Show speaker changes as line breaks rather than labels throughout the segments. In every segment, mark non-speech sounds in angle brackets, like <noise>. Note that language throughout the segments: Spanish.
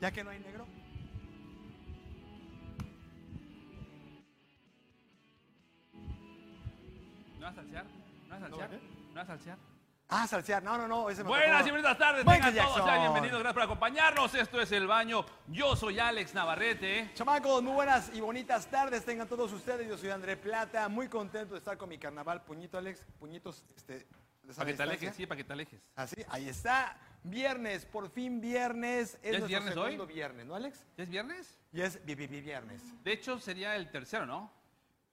¿Ya que no hay negro?
¿No vas a salsear? ¿No vas a salsear?
¿No va
¿No vas a salsear?
Ah, salsear. No, no, no. Ese me
Buenas y
tocó.
buenas tardes,
Michael
tengan todos,
Jackson.
sean bienvenidos, gracias por acompañarnos. Esto es El Baño. Yo soy Alex Navarrete. ¿eh?
Chamacos, muy buenas y bonitas tardes tengan todos ustedes. Yo soy André Plata, muy contento de estar con mi carnaval. Puñito, Alex, puñitos, este, de esa
Para que te
distancia.
alejes, sí, para que te alejes.
Así, ahí está. Viernes, por fin viernes. Es,
¿Ya es
nuestro
viernes hoy?
segundo viernes, ¿no, Alex?
¿Ya es viernes?
Y es vi- vi- vi- viernes.
De hecho, sería el tercero, ¿no?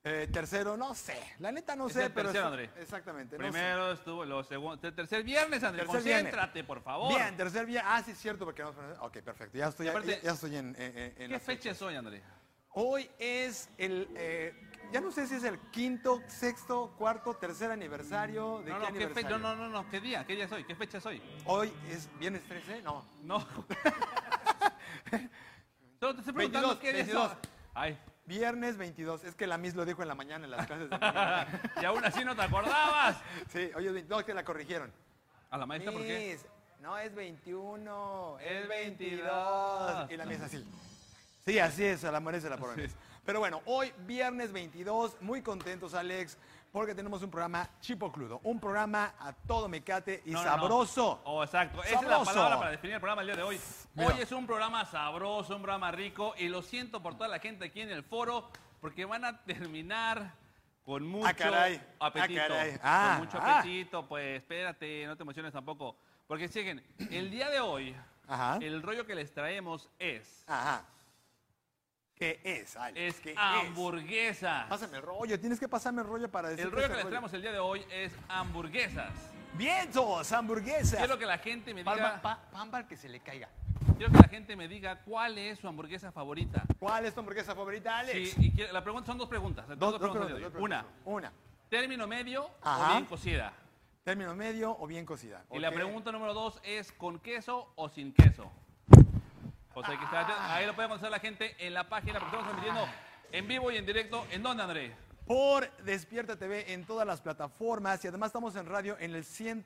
Eh, tercero, no sé. La neta no
Es
sé,
el
pero.
tercero,
sí-
André.
Exactamente. no sé.
Primero estuvo, lo segundo. Tercer viernes, André,
Tercer viernes.
concéntrate, por favor.
Bien, tercer viernes. Ah, sí, es cierto, porque no. Ok, perfecto. Ya estoy, ya,
Aparte-
ya- ya estoy en, en- en- en
¿Qué
las
fecha
fechas.
es hoy, André?
Hoy es el. eh, ya no sé si es el quinto, sexto, cuarto, tercer aniversario. ¿De qué
No, no, ¿qué fecha?
aniversario?
No, no, no, no, ¿qué día? ¿Qué día es hoy? ¿Qué fecha es hoy?
Hoy es viernes 13, no.
No. <laughs> Solo te estoy preguntando
22,
qué día es
22.
hoy. Ay,
Viernes 22. Es que la Miss lo dijo en la mañana en las clases de
<laughs>
mañana.
y aún así no te acordabas.
Sí, oye, 22 que la corrigieron.
A la maestra, ¿por qué?
Miss, no es 21, es
Es
22. Y la mía es así. Sí, así es, a la mujer se la ponen.
Así es.
Pero bueno, hoy viernes 22, muy contentos Alex, porque tenemos un programa chipocludo, un programa a todo mecate y
No, no, no.
sabroso.
Oh, exacto. Esa es
Sabroso.
la palabra para definir el programa del día de hoy.
Mira.
Hoy es un programa sabroso, un programa rico, y lo siento por toda la gente aquí en el foro, porque van a terminar con mucho
Ah, caray. Ah,
apetito.
caray. Ah,
con mucho
ah.
apetito, pues espérate, no te emociones tampoco. Porque siguen, el día de hoy,
Ajá.
el rollo que les traemos es,
Ajá. ¿Qué es, Alex?
es
¿Qué
hamburguesa.
Pásame el rollo, tienes que pasarme el rollo para decir
El rollo que les traemos el día de hoy es hamburguesas.
¡Vientos! ¡Hamburguesas!
Quiero que la gente me diga,
Pámbar que se le caiga.
quiero que la gente me diga cuál es su hamburguesa favorita.
¿Cuál es tu hamburguesa favorita, Alex?
Sí, y quiero- la pregunta son dos preguntas.
Dos,
Dos
dos
preguntas
preguntas,
le
dos
doy.
preguntas.
Una,
Una.
término medio
Ajá.
o bien cocida.
Término medio o bien cocida.
Y la
ok.
pregunta número dos es con queso o sin queso. O sea, hay que estar atento.
Ah.
ahí lo puede contestar la gente en la página porque estamos transmitiendo en vivo y en directo. ¿En dónde, André?
Eh, Por Despierta TV en todas las plataformas y además estamos en radio en el 100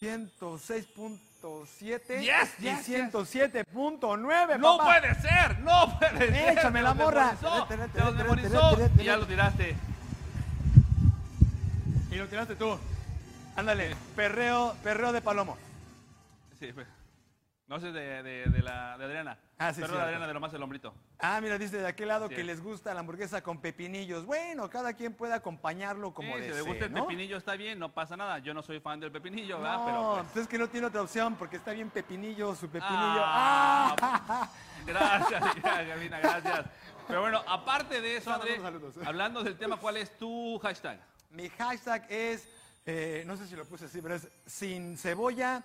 106.7
Yes,
y
yes,
107.9.
¡No
papá.
puede ser! ¡No puede ser!
Échame
Te
la
los
morra.
memorizó,
Tere, tere,
te los
tere,
memorizó
tere,
y ya
tere.
lo tiraste.
Y lo tiraste tú. Ándale, perreo, perreo de palomo.
Sí, pues. No sé, de, de- de la, de Adriana.
Ah, sí,
Pero
cierto.
la Adriana de lo más el hombrito.
Ah, mira, dice de aquel lado
Sí.
que les gusta la hamburguesa con pepinillos. Bueno, cada quien puede acompañarlo como
Sí, si
desee,
le gusta el
¿no?
pepinillo está bien, no pasa nada. Yo no soy fan del pepinillo, ¿verdad?
No,
Pero pues,
pues es que no tiene otra opción porque está bien pepinillo, su pepinillo.
Ah.
¡Ah!
Gracias, <laughs> Gabina, gracias. Pero bueno, aparte de eso,
Está
André,
mandando saludos.
hablando del tema, ¿cuál es tu hashtag?
Mi hashtag es, eh, no sé si lo puse así, pero es sin cebolla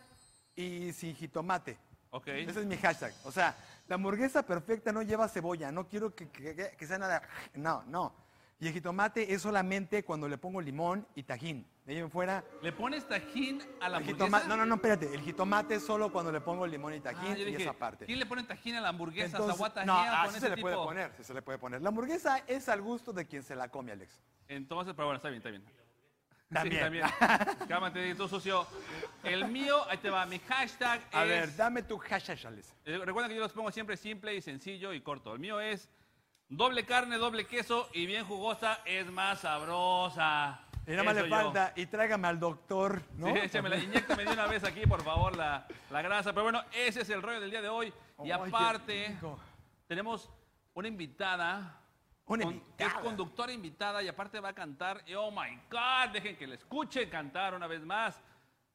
y sin jitomate.
Ok.
Ese es mi hashtag. O sea, la hamburguesa perfecta no lleva cebolla. No quiero que, que- que- que sea nada. No, no. Y el jitomate es solamente cuando le pongo limón y tajín. De ahí en fuera.
¿Le pones tajín a la
el jitoma-
hamburguesa?
no, no, no, espérate. El jitomate es solo cuando le pongo limón y
Ah,
tajín
yo
y
dije,
esa parte.
¿Quién le pone tajín a la hamburguesa?
Entonces,
¿Zaguata
no,
ajea
así
con
se
ese
le puede
tipo?
poner, sí se le puede poner. La hamburguesa es al gusto de quien se la come, Alex.
Entonces, pero bueno, está bien, está bien.
También.
Sí, también. Cámate, tú sucio. El mío, ahí te va, mi hashtag
A
es...
ver, dame tu hashtag, Alex.
Eh, Recuerda que yo los pongo siempre simple y sencillo y corto. El mío es doble carne, doble queso y bien jugosa, es más sabrosa.
Y nada más
Eso
le
yo.
falta, y tráigame al doctor, ¿no?
Sí, échamela, inyéctame de una vez aquí, por favor, la, la grasa. Pero bueno, ese es el rollo del día de hoy.
Ay,
Y
qué
aparte,
rico.
tenemos una invitada.
Una
con-
invitada.
Es conductora invitada y aparte va a cantar. Y, Oh my God, dejen que la escuche cantar una vez más.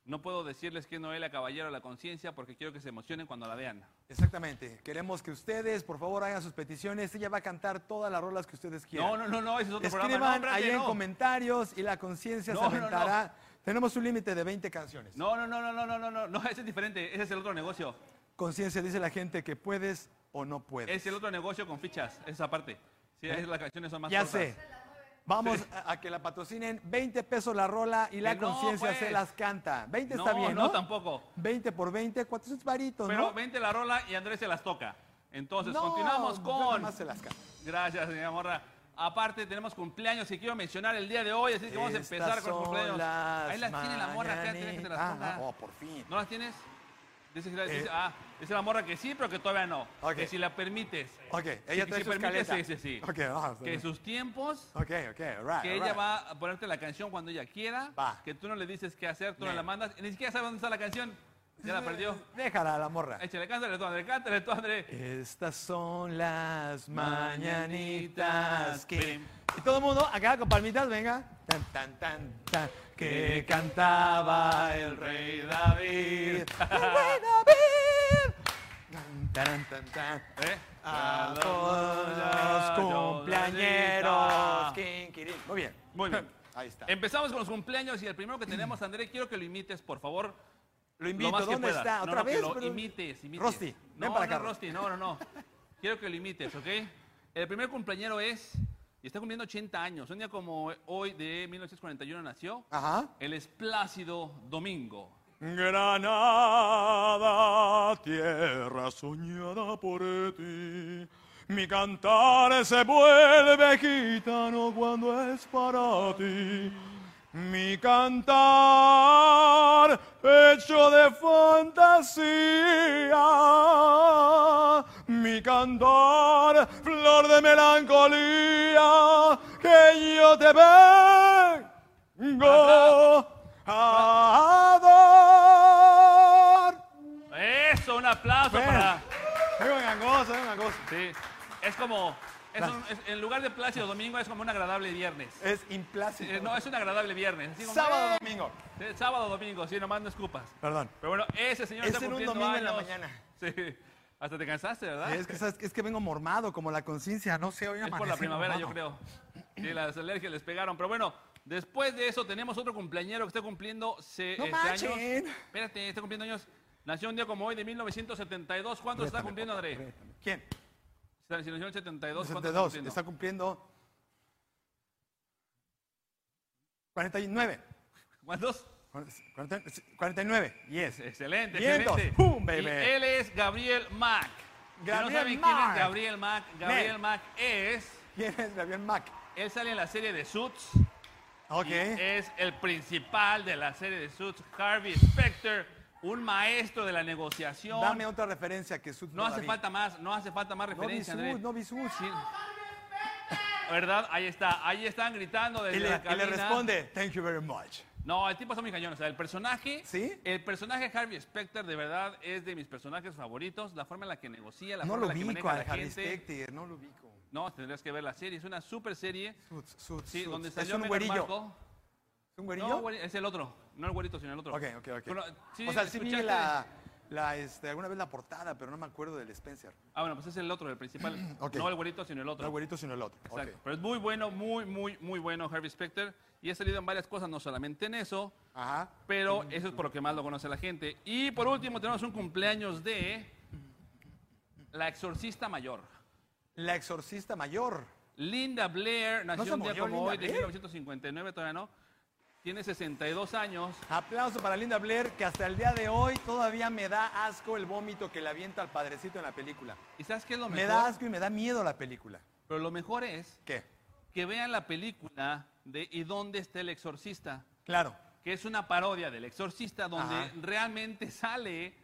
No puedo decirles que es Noelia Caballero de la Conciencia porque quiero que se emocionen cuando la vean.
Exactamente. Queremos que ustedes, por favor, hagan sus peticiones. Ella va a cantar todas las rolas que ustedes quieran.
No, no, no, no, ese es otro programa.
Escriban
No,
ahí
espérate,
en
no.
comentarios y la conciencia se
No, no, no.
aumentará. Tenemos un límite de 20 canciones.
No, no, no, no, no, no, no, no, no, ese es diferente, ese es el otro negocio.
Conciencia dice la gente que puedes o no puedes.
Es el otro negocio con fichas, esa parte. Sí, ahí las canciones son más
¿Eh? ya
cortas.
sé. Vamos a, a que la patrocinen. 20 pesos la rola y la
Que no,
conciencia se
pues.
las canta. 20
No,
Este está bien, ¿no?
no, tampoco.
20 por 20, 400 varitos,
Pero
¿no?
vente la rola y Andrés se las toca. Entonces,
No,
continuamos
yo
con...
nomás se las canto.
Gracias, señora Morra. Aparte, tenemos cumpleaños que quiero mencionar el día de hoy, así que vamos a
Estas
empezar con los
son
cumpleaños.
las
Ahí las tiene la Morra, acá, tiene que te las
mañanitas.
ponga.
Ah, oh, por fin.
¿No las tienes? Dice Gilad, dice, ah, es la morra que sí, pero que todavía no.
Eh. Ok.
Que si la permites.
Ok,
Sí,
ella
que
trae
si
su
permites,
escaleta.
sí, sí, sí.
Ok, vamos.
Que sus tiempos,
Ok, ok, all right,
que
all
ella
right.
va a ponerte la canción cuando ella quiera.
Va.
Que tú no le dices qué hacer, tú no
Bien.
la mandas. y Ni siquiera sabe dónde está la canción. Ya la perdió.
Déjala a la morra.
Échale, cántale tú, André, cántale tú, André.
Estas son las mañanitas que...
Miren.
Y todo el mundo acá con palmitas, venga. Tan, tan, tan, tan. Que cantaba el rey David. El rey <laughs> David. Tan, tan, tan, tan.
¿Eh?
A todos los cumpleañeros. Quin, quirín. Muy bien.
Muy bien.
Ahí está.
Empezamos con los cumpleaños y el primero que tenemos, André, quiero que lo imites, por favor.
Lo invito.
más que
¿Dónde
puedas.
está?
No,
¿Otra
no, que
vez?
lo
Pero-
imites, imites.
Rosti, ven
no,
para acá,
No, Rosti, no, no, no. Quiero que lo imites, ¿ok? El primer cumpleañero es, y está cumpliendo 80 años, un día como hoy de 1941 nació,
Ajá.
el Esplácido Domingo.
Granada, tierra soñada por ti. Mi cantar se vuelve gitano cuando es para ti. Mi cantar hecho de fantasía. Mi cantar flor de melancolía que yo te vengo a adorar.
Eso, un aplauso
Ven.
para...
Venga, gangoso, venga, gangoso.
Sí, es como... es un- es- en lugar de Plácido Domingo es como un agradable viernes.
Es
Eh,
implácido.
No, es un agradable viernes. así como,
Sábado, domingo.
eh, eh, sábado, domingo, sí, nomás no escupas.
Perdón.
Pero bueno, ese señor
Es
está
en un
cumpliendo
domingo en la
años.
mañana.
Sí. Hasta te cansaste, ¿verdad?
Es que, ¿sabes qué? es que vengo mormado, como la conciencia, no sé, hoy
Ah. Es por la
amanecí
primavera, yo
mormado.
creo. Sí, las alergias les pegaron. Pero bueno, después de eso tenemos otro cumpleañero que está cumpliendo se,
¡No
este,
manchen!
años. Espérate, está cumpliendo años. Nació un día como hoy de 1972. ¿Cuántos está cumpliendo, André?
¿Quién?
Si nació en el 72, ¿cuántos está
62.
cumpliendo?
Está cumpliendo 49.
¿Cuántos?
40, 49. Yes.
Excelente,
Vientos.
excelente.
¡Pum, baby!
Y él es Gabriel Mack. si
Gabriel
no saben quién
Mack.
es Gabriel Mack, Gabriel
Man.
Mack es...
¿Quién es Gabriel Mac?
Él sale en la serie de Suits.
Ok.
y es el principal de la serie de Suits, Harvey Specter, un maestro de la negociación.
Dame otra referencia que Sud
no hace
vi.
falta más, no hace falta más
No vi
referencia,
Sud,
Andrés.
no vi Sud.
Sí. ¿Verdad? Ahí está, ahí están gritando desde
Y le,
la
y le
cabina.
responde, thank you very much.
No, el tipo está muy cañón. O sea, el personaje.
¿Sí?
El personaje Harvey Specter, de verdad, es de mis personajes favoritos. La forma en la que negocia, la
No lo
forma en la que
ubico
maneja a la
al Harry
gente.
Specter, no lo ubico.
No, tendrías que ver la serie. Es una super serie.
Sud, Sud,
Sí,
Sud.
donde
Es
salió
un
Meghan
güerillo.
Markle.
¿Es un
No,
güerillo?
güeri- es el otro. No el güerito, sino el otro.
Ok, ok, ok.
Bueno, sí,
o sea, sí vi
escuchaste-
la, la, este, alguna vez la portada, pero no me acuerdo del Spencer.
Ah, bueno, pues es el otro, el principal.
<clears throat> Ok.
No el güerito, sino el
No el
otro.
güerito, sino el otro.
Exacto.
Ok.
Pero es muy bueno, muy, muy, muy bueno Harvey Specter. Y ha salido en varias cosas, no solamente en eso.
Ajá.
Pero
Mm.
eso es por lo que más lo conoce la gente. Y por último, tenemos un cumpleaños de la exorcista mayor.
La exorcista mayor.
Linda Blair nació
se
un día
murió
como
Linda
hoy, de
Blair?
1959, todavía no. Tiene 62 años.
Aplauso para Linda Blair, que hasta el día de hoy todavía me da asco el vómito que le avienta al padrecito en la película.
¿Y sabes qué es lo
Me
mejor?
da asco y me da miedo la película.
Pero lo mejor es
¿Qué?
que vean la película de ¿Y dónde está el exorcista?
Claro.
Que es una parodia del exorcista donde
Ajá.
realmente sale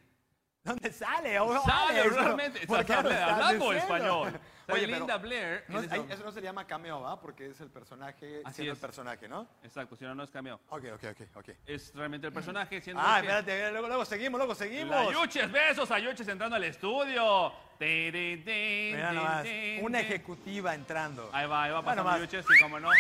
¿Dónde sale? Oh,
Sale
Alex,
realmente.
¿por qué
Está-
lo
está
estás
hablando
diciendo? <laughs>
español. Sale
pero
Linda Blair
no
en
es-
esa-
ahí- eso no se llama cameo, ¿va? Porque es el personaje,
Así
siendo
es.
el personaje, ¿no?
Exacto, si no, no es cameo.
Ok, ok, ok, ok.
Es realmente el personaje siendo.
Ah,
que-
espérate, luego, luego seguimos, luego seguimos.
La Yuches, besos a Yuches entrando al estudio. Tiri, tin,
Mira
tin,
nomás,
tin,
una
tin.
ejecutiva entrando.
Ahí va, ahí va
Mira
pasando
nomás.
Yuches y como no,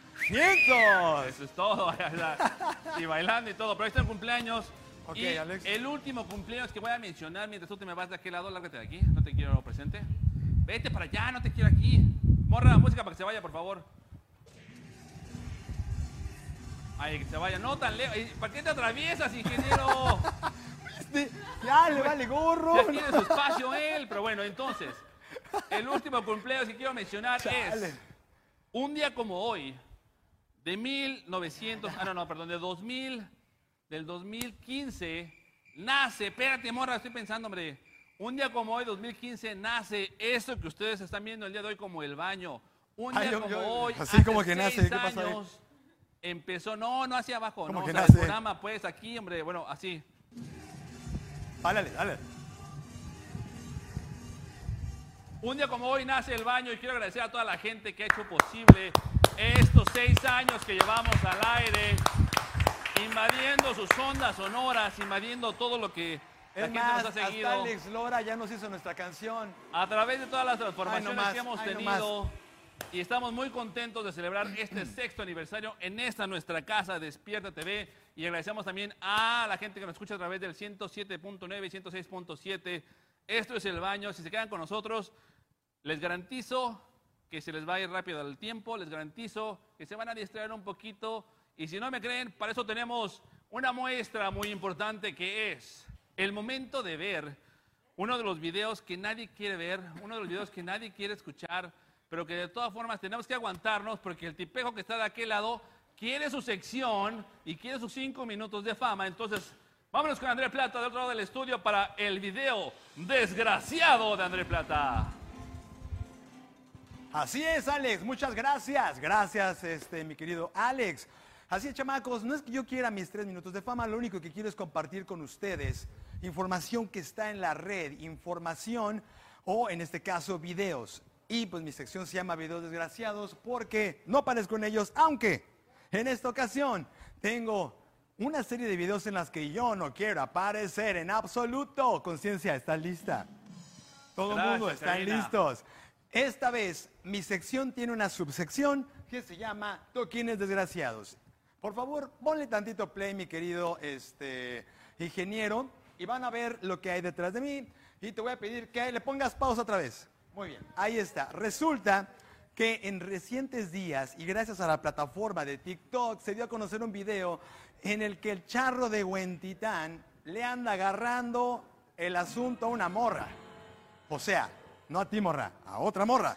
<laughs>
¡Cientos!
eso es todo. ahí está. y bailando y todo. Pero ahí está el cumpleaños.
Ok,
y
Alex.
el último cumpleaños que voy a mencionar mientras tú te me vas de aquel lado, lárgate de aquí. No te quiero presente. Vete para allá, no te quiero aquí. Morra, música para que se vaya, por favor. Ay, que se vaya. No tan lejos. Ay, ¿Para qué te
<laughs>
atraviesas, ingeniero?
Este, ya le vale gorro.
Ya tiene su espacio él, pero bueno, entonces, el último cumpleaños que quiero mencionar
Chale.
es un día como hoy, de 1900, ah, no, no, perdón, de 2000, del 2015, nace, espérate, morra, estoy pensando, hombre, un día como hoy, 2015, nace esto que ustedes están viendo el día de hoy como el baño. Un
Ah,
día
yo-
como
yo-
hoy,
así
hace
como que nace,
seis
¿qué pasa ahí?
años, empezó, no, no hacia abajo,
¿Cómo
no,
que
o sea, el
nace?
programa, pues, aquí, hombre, bueno, así.
Dale, dale.
Un día como hoy nace el baño y quiero agradecer a toda la gente que ha hecho posible estos seis años que llevamos al aire, invadiendo sus ondas sonoras, invadiendo todo lo que la
Es
gente
más,
nos ha seguido.
hasta Alex Lora ya nos hizo nuestra canción.
A través de todas las transformaciones
Ay, no más,
que hemos
ay, no
tenido. y estamos muy contentos de celebrar
<clears throat>
este sexto aniversario en esta nuestra casa Despierta TV. Y agradecemos también a la gente que nos escucha a través del 107.9 y 106.7. Esto es el baño. Si se quedan con nosotros, les garantizo que se les va a ir rápido el tiempo, les garantizo que se van a distraer un poquito. Y si no me creen, para eso tenemos una muestra muy importante que es el momento de ver uno de los videos que nadie quiere ver, uno de los videos que nadie quiere escuchar, pero que de todas formas tenemos que aguantarnos porque el tipejo que está de aquel lado quiere su sección y quiere sus cinco minutos de fama. Entonces, vámonos con André Plata del otro lado del estudio para el video desgraciado de André Plata.
Así es, Alex. Muchas gracias. Gracias, este, mi querido Alex. Así es, chamacos. No es que yo quiera mis tres minutos de fama. Lo único que quiero es compartir con ustedes información que está en la red, información o, en este caso, videos. Y pues mi sección se llama Videos Desgraciados porque no parezco en ellos, aunque en esta ocasión tengo una serie de videos en las que yo no quiero aparecer en absoluto. Conciencia, ¿estás lista? Todo el
Gracias,
mundo están
Karina.
listos. Esta vez mi sección tiene una subsección que se llama Toquines Desgraciados. Por favor, ponle tantito play, mi querido este, ingeniero, y van a ver lo que hay detrás de mí. Y te voy a pedir que le pongas pausa otra vez. Muy bien. Ahí está. Resulta que en recientes días, y gracias a la plataforma de TikTok, se dio a conocer un video en el que el charro de Huentitán le anda agarrando el asunto a una morra. O sea, no a ti morra, a otra morra.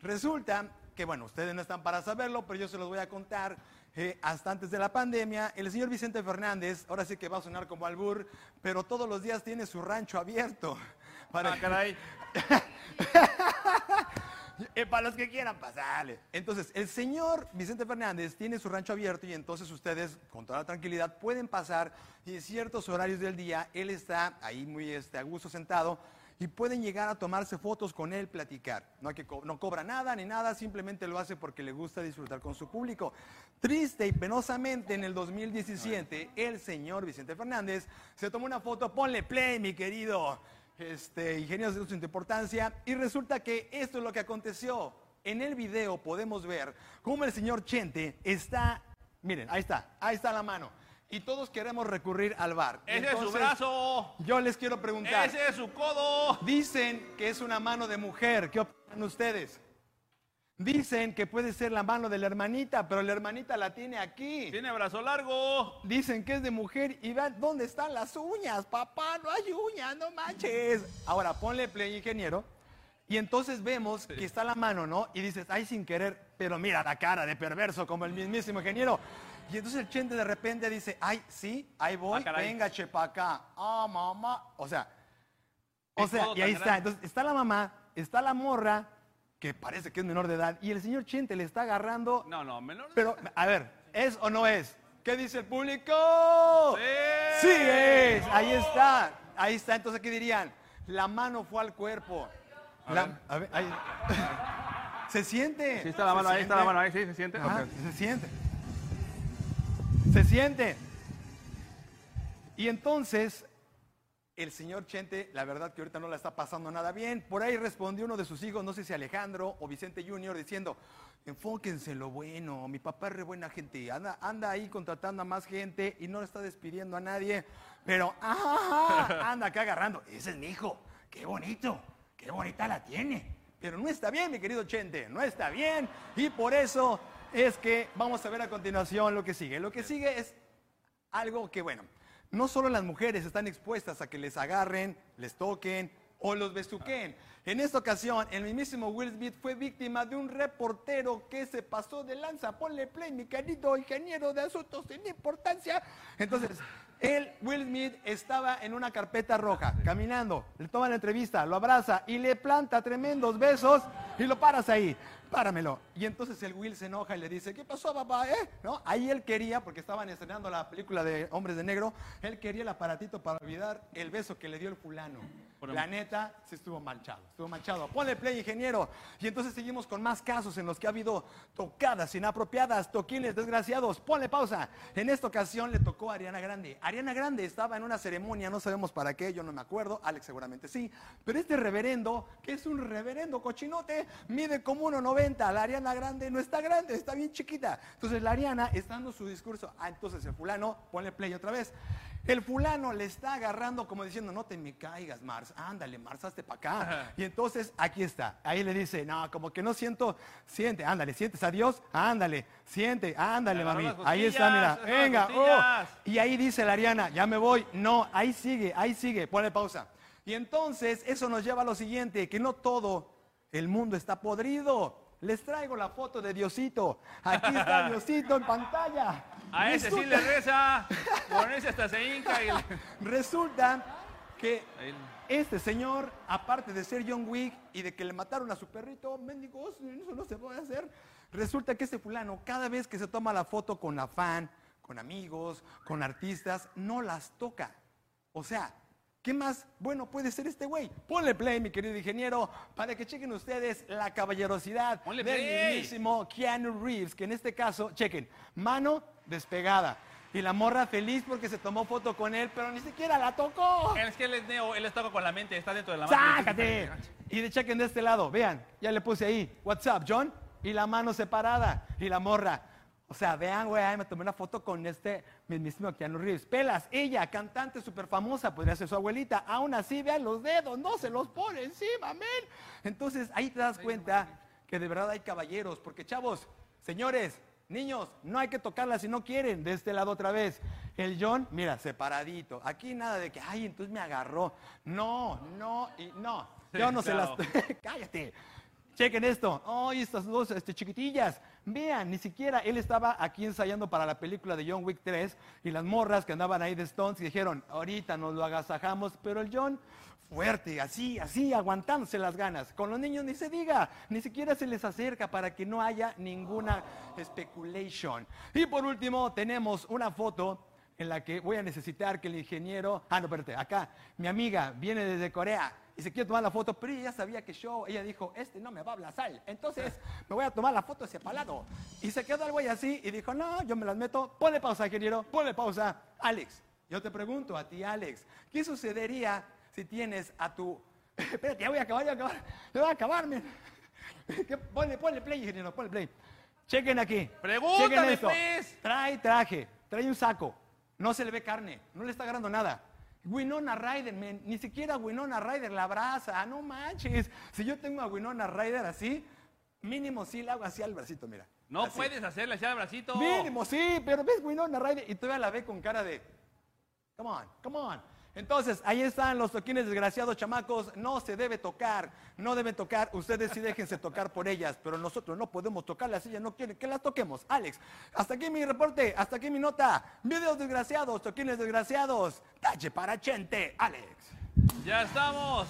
Resulta que, bueno, ustedes no están para saberlo, pero yo se los voy a contar. eh, hasta antes de la pandemia, el señor Vicente Fernández, ahora sí que va a sonar como albur, pero todos los días tiene su rancho abierto. <laughs> Para, eh, para los que quieran pasarle. Entonces, el señor Vicente Fernández tiene su rancho abierto y entonces ustedes, con toda la tranquilidad, pueden pasar y en ciertos horarios del día él está ahí muy este, a gusto sentado y pueden llegar a tomarse fotos con él, platicar. No, hay que co- no cobra nada ni nada, simplemente lo hace porque le gusta disfrutar con su público. Triste y penosamente, en el 2017, el señor Vicente Fernández se tomó una foto, ponle play, mi querido este, ingenieros de su importancia, y resulta que esto es lo que aconteció. En el video podemos ver cómo el señor Chente está, miren, ahí está, ahí está la mano, y todos queremos recurrir al bar.
Ese es su
Entonces,
brazo.
Yo les quiero preguntar,
Ese es su codo.
dicen que es una mano de mujer, ¿qué opinan ustedes? Dicen que puede ser la mano de la hermanita, pero la hermanita la tiene aquí.
Tiene brazo largo.
Dicen que es de mujer y vean dónde están las uñas, papá, no hay uñas, no manches. Ahora ponle play, ingeniero, y entonces vemos que está la mano, ¿no? Y dices, ay, sin querer, pero mira la cara de perverso, como el mismísimo ingeniero. Y entonces el chente de repente dice, ay, sí, ahí voy,
Ah, caray.
venga, chepa acá, ah, mamá. O sea, o
Es
sea,
todo
y ahí
tan
está.
grande.
Entonces, está la mamá, está la morra, que parece que es menor de edad, y el señor Chente le está agarrando.
No, no, menor.
Pero, a ver, ¿es o no es? ¿Qué dice el público?
Sí.
es. Ahí está. Ahí está. Entonces, ¿qué dirían? La mano fue al cuerpo. La- a ver, ahí- Se siente.
Sí, está la mano
se
ahí, está la
siente.
mano ahí, sí, se siente.
Ajá,
Ok.
Se siente. Se siente. Y entonces, el señor Chente, la verdad que ahorita no la está pasando nada bien. Por ahí respondió uno de sus hijos, no sé si Alejandro o Vicente Junior, diciendo, enfóquense en lo bueno, mi papá es re buena gente, anda, anda ahí contratando a más gente y no está despidiendo a nadie, pero <laughs> ah, anda acá agarrando, ese es mi hijo, qué bonito, qué bonita la tiene. Pero no está bien, mi querido Chente, no está bien. Y por eso es que vamos a ver a continuación lo que sigue. Lo que sigue es algo que, bueno, no solo las mujeres están expuestas a que les agarren, les toquen o los besuquen. En esta ocasión, el mismísimo Will Smith fue víctima de un reportero que se pasó de lanza. Ponle play, mi querido ingeniero de asuntos sin importancia. Entonces, él, Will Smith, estaba en una carpeta roja, caminando. Le toma la entrevista, lo abraza y le planta tremendos besos y lo paras ahí. páramelo. Y entonces el Will se enoja y le dice, ¿qué pasó, papá? ¿Eh? ¿No? Ahí él quería, porque estaban estrenando la película de Hombres de Negro, él quería el aparatito para olvidar el beso que le dio el fulano.
Por
la neta, se estuvo manchado, estuvo manchado. Ponle play, ingeniero. Y entonces seguimos con más casos en los que ha habido tocadas inapropiadas, toquines desgraciados. Ponle pausa. En esta ocasión le tocó a Ariana Grande. Ariana Grande estaba en una ceremonia, no sabemos para qué, yo no me acuerdo, Alex seguramente sí. Pero este reverendo, que es un reverendo cochinote, mide como 1,90. La Ariana Grande no está grande, está bien chiquita. Entonces la Ariana está dando su discurso. Ah, entonces el fulano, ponle play otra vez. El fulano le está agarrando como diciendo, no te me caigas, Mars, ándale, Mars, hazte para acá. Y entonces aquí está, ahí le dice, no, como que no siento, siente, ándale, sientes a Dios, ándale, siente, ándale,
Agarró
mami.
las
Ahí está, mira,
costillas,
venga,
agarró las
oh. Y ahí dice la Ariana, ya me voy, no, ahí sigue, ahí sigue, ponle pausa. Y entonces eso nos lleva a lo siguiente, que no todo el mundo está podrido. Les traigo la foto de Diosito. Aquí
<laughs>
está Diosito en pantalla.
A ese sí
Resulta-
le reza. Con ese hasta se hinca. Y
Resulta que
Ahí-
este señor, aparte de ser John Wick y de que le mataron a su perrito, mendigos, eso no se puede hacer. Resulta que este fulano, cada vez que se toma la foto con la fan, con amigos, con artistas, no las toca. O sea, ¿qué más bueno puede ser este güey? Ponle play, mi querido ingeniero, para que chequen ustedes la caballerosidad
Ponle
del
play.
mismísimo Keanu Reeves, que en este caso, chequen, mano despegada. Y la morra feliz porque se tomó foto con él, pero ni siquiera la tocó.
el- Es que él es neo, él les toca con la mente, está dentro de la mano.
¡Sácate! Y de chequen de este lado, vean, ya le puse ahí, what's up, John? Y la mano separada, y la morra. O sea, vean, güey, ay, me tomé una foto con este mismísimo Keanu Reeves. Pelas, ella, cantante súper famosa, podría ser su abuelita. Aún así, vean los dedos, no se los pone encima, amén. Entonces, ahí te das cuenta que de verdad hay caballeros, porque chavos, señores, niños, no hay que tocarla si no quieren. De este lado otra vez. El John, mira, separadito. Aquí nada de que, ay, entonces me agarró. No, no y no.
Sí,
Yo no
claro.
se las... <laughs> Cállate. Chequen esto. Ay, estas dos este, chiquitillas. Vean, ni siquiera él estaba aquí ensayando para la película de John Wick 3 y las morras que andaban ahí de Stones y dijeron, ahorita nos lo agasajamos, pero el John fuerte, así, así, aguantándose las ganas. Con los niños ni se diga, ni siquiera se les acerca para que no haya ninguna speculation. Y por último, tenemos una foto en la que voy a necesitar que el ingeniero, ah, no, espérate, acá, mi amiga viene desde Corea y se quiere tomar la foto, pero ella ya sabía que yo, ella dijo, este no me va a abrazar, entonces me voy a tomar la foto separado. Y se quedó el güey así y dijo, no, yo me las meto, ponle pausa, ingeniero, ponle pausa. Alex, yo te pregunto a ti, Alex, ¿qué sucedería si tienes a tu... <laughs> Espérate, ya voy a acabar, ya voy a acabar, ya voy a acabar, men. <laughs> Que Ponle, ponle play, ingeniero, ponle play. Chequen aquí.
Pregúntame,
Chequen esto.
pues.
Trae traje, trae un saco. No se le ve carne, no le está agarrando nada. Winona Ryder, men, ni siquiera Winona Ryder la abraza, ah, no manches. Si yo tengo a Winona Ryder así, mínimo sí la hago así al bracito, mira.
No
Así.
puedes hacerle así al bracito.
Mínimo, sí, pero ves Winona Ryder y todavía la ve con cara de. Come on, come on. Entonces, ahí están los toquines desgraciados, chamacos. No se debe tocar, no deben tocar. Ustedes sí déjense tocar por ellas, pero nosotros no podemos tocarlas. Ellas no quieren que las toquemos. Alex, hasta aquí mi reporte, hasta aquí mi nota. Videos desgraciados, toquines desgraciados. Tache para gente, Alex.
Ya estamos.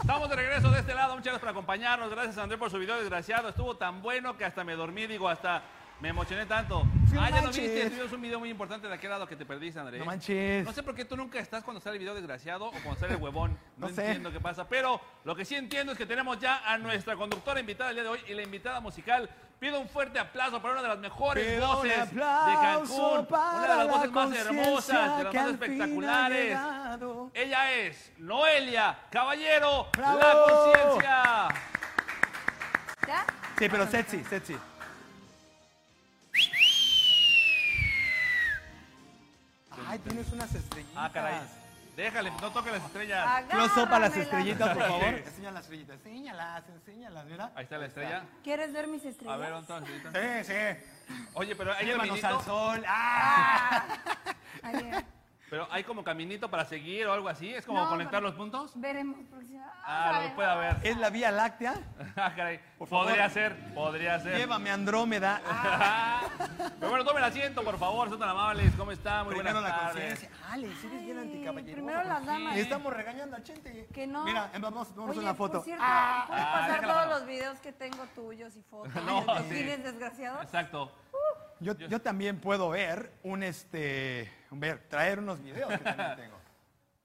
Estamos de regreso de este lado. Muchas gracias por acompañarnos. Gracias, André, por su video desgraciado. Estuvo tan bueno que hasta me dormí, digo, hasta me emocioné tanto.
Sí,
ah, ya lo
manches.
viste. Tuvimos un video muy importante de aquel lado que te perdiste, André.
No manches.
No sé por qué tú nunca estás cuando sale el video desgraciado o cuando sale el huevón. No,
No sé.
entiendo qué pasa. Pero lo que sí entiendo es que tenemos ya a nuestra conductora invitada el día de hoy y la invitada musical. Pido un fuerte aplauso para una de las mejores
Pido un
voces de
aplauso
Cancún. Una de
para
las
la
voces más
conciencia
hermosas, de las
que
más
al fin ha
espectaculares.
llegado.
Ella es Noelia Caballero,
¡Bravo!
la conciencia. Ah,
¿Ya?
Sí, pero sexy, sexy. Ay, tienes unas estrellitas.
Ah, caray. Déjale, no toque las estrellas.
Close up a las
Agárramela.
estrellitas, por favor.
Órale.
Enseña las estrellitas. Enséñalas, enséñalas, mira.
Ahí está la estrella.
¿Quieres ver mis estrellas?
A ver, ¿dónde está la estrellita?
Sí, sí.
Oye, pero ella
Llévanos al
vinito.
sol. ¡Ah!
Ahí, eh.
Pero hay como caminito para seguir o algo así. Es como
No,
conectar
no.
los puntos.
Veremos próxima.
Ah,
Vamos a
lo puede haber.
¿Es la Vía Láctea?
<laughs> Ah, caray.
Eh, Por favor.
Podría ser, podría ser.
Llévame a <laughs> Andrómeda. Ah,
<laughs> Pero bueno, tomen asiento, por favor. Son tan amables. ¿Cómo están? Muy
primero
buenas
la
tardes.
conciencia. Alex, eres bien anticaballero.
Primero las damas.
Sí.
Estamos regañando a Chente.
Que no.
Mira, vamos, vamos
Oye,
a una foto.
Por cierto,
Ah,
¿puedes
Ah,
pasar
déjala,
todos
no.
los videos que tengo tuyos y fotos?
No,
de los
sí.
tienes desgraciado?
Exacto.
yo, yo también puedo ver un este. Ver, traer unos videos que <laughs> también tengo.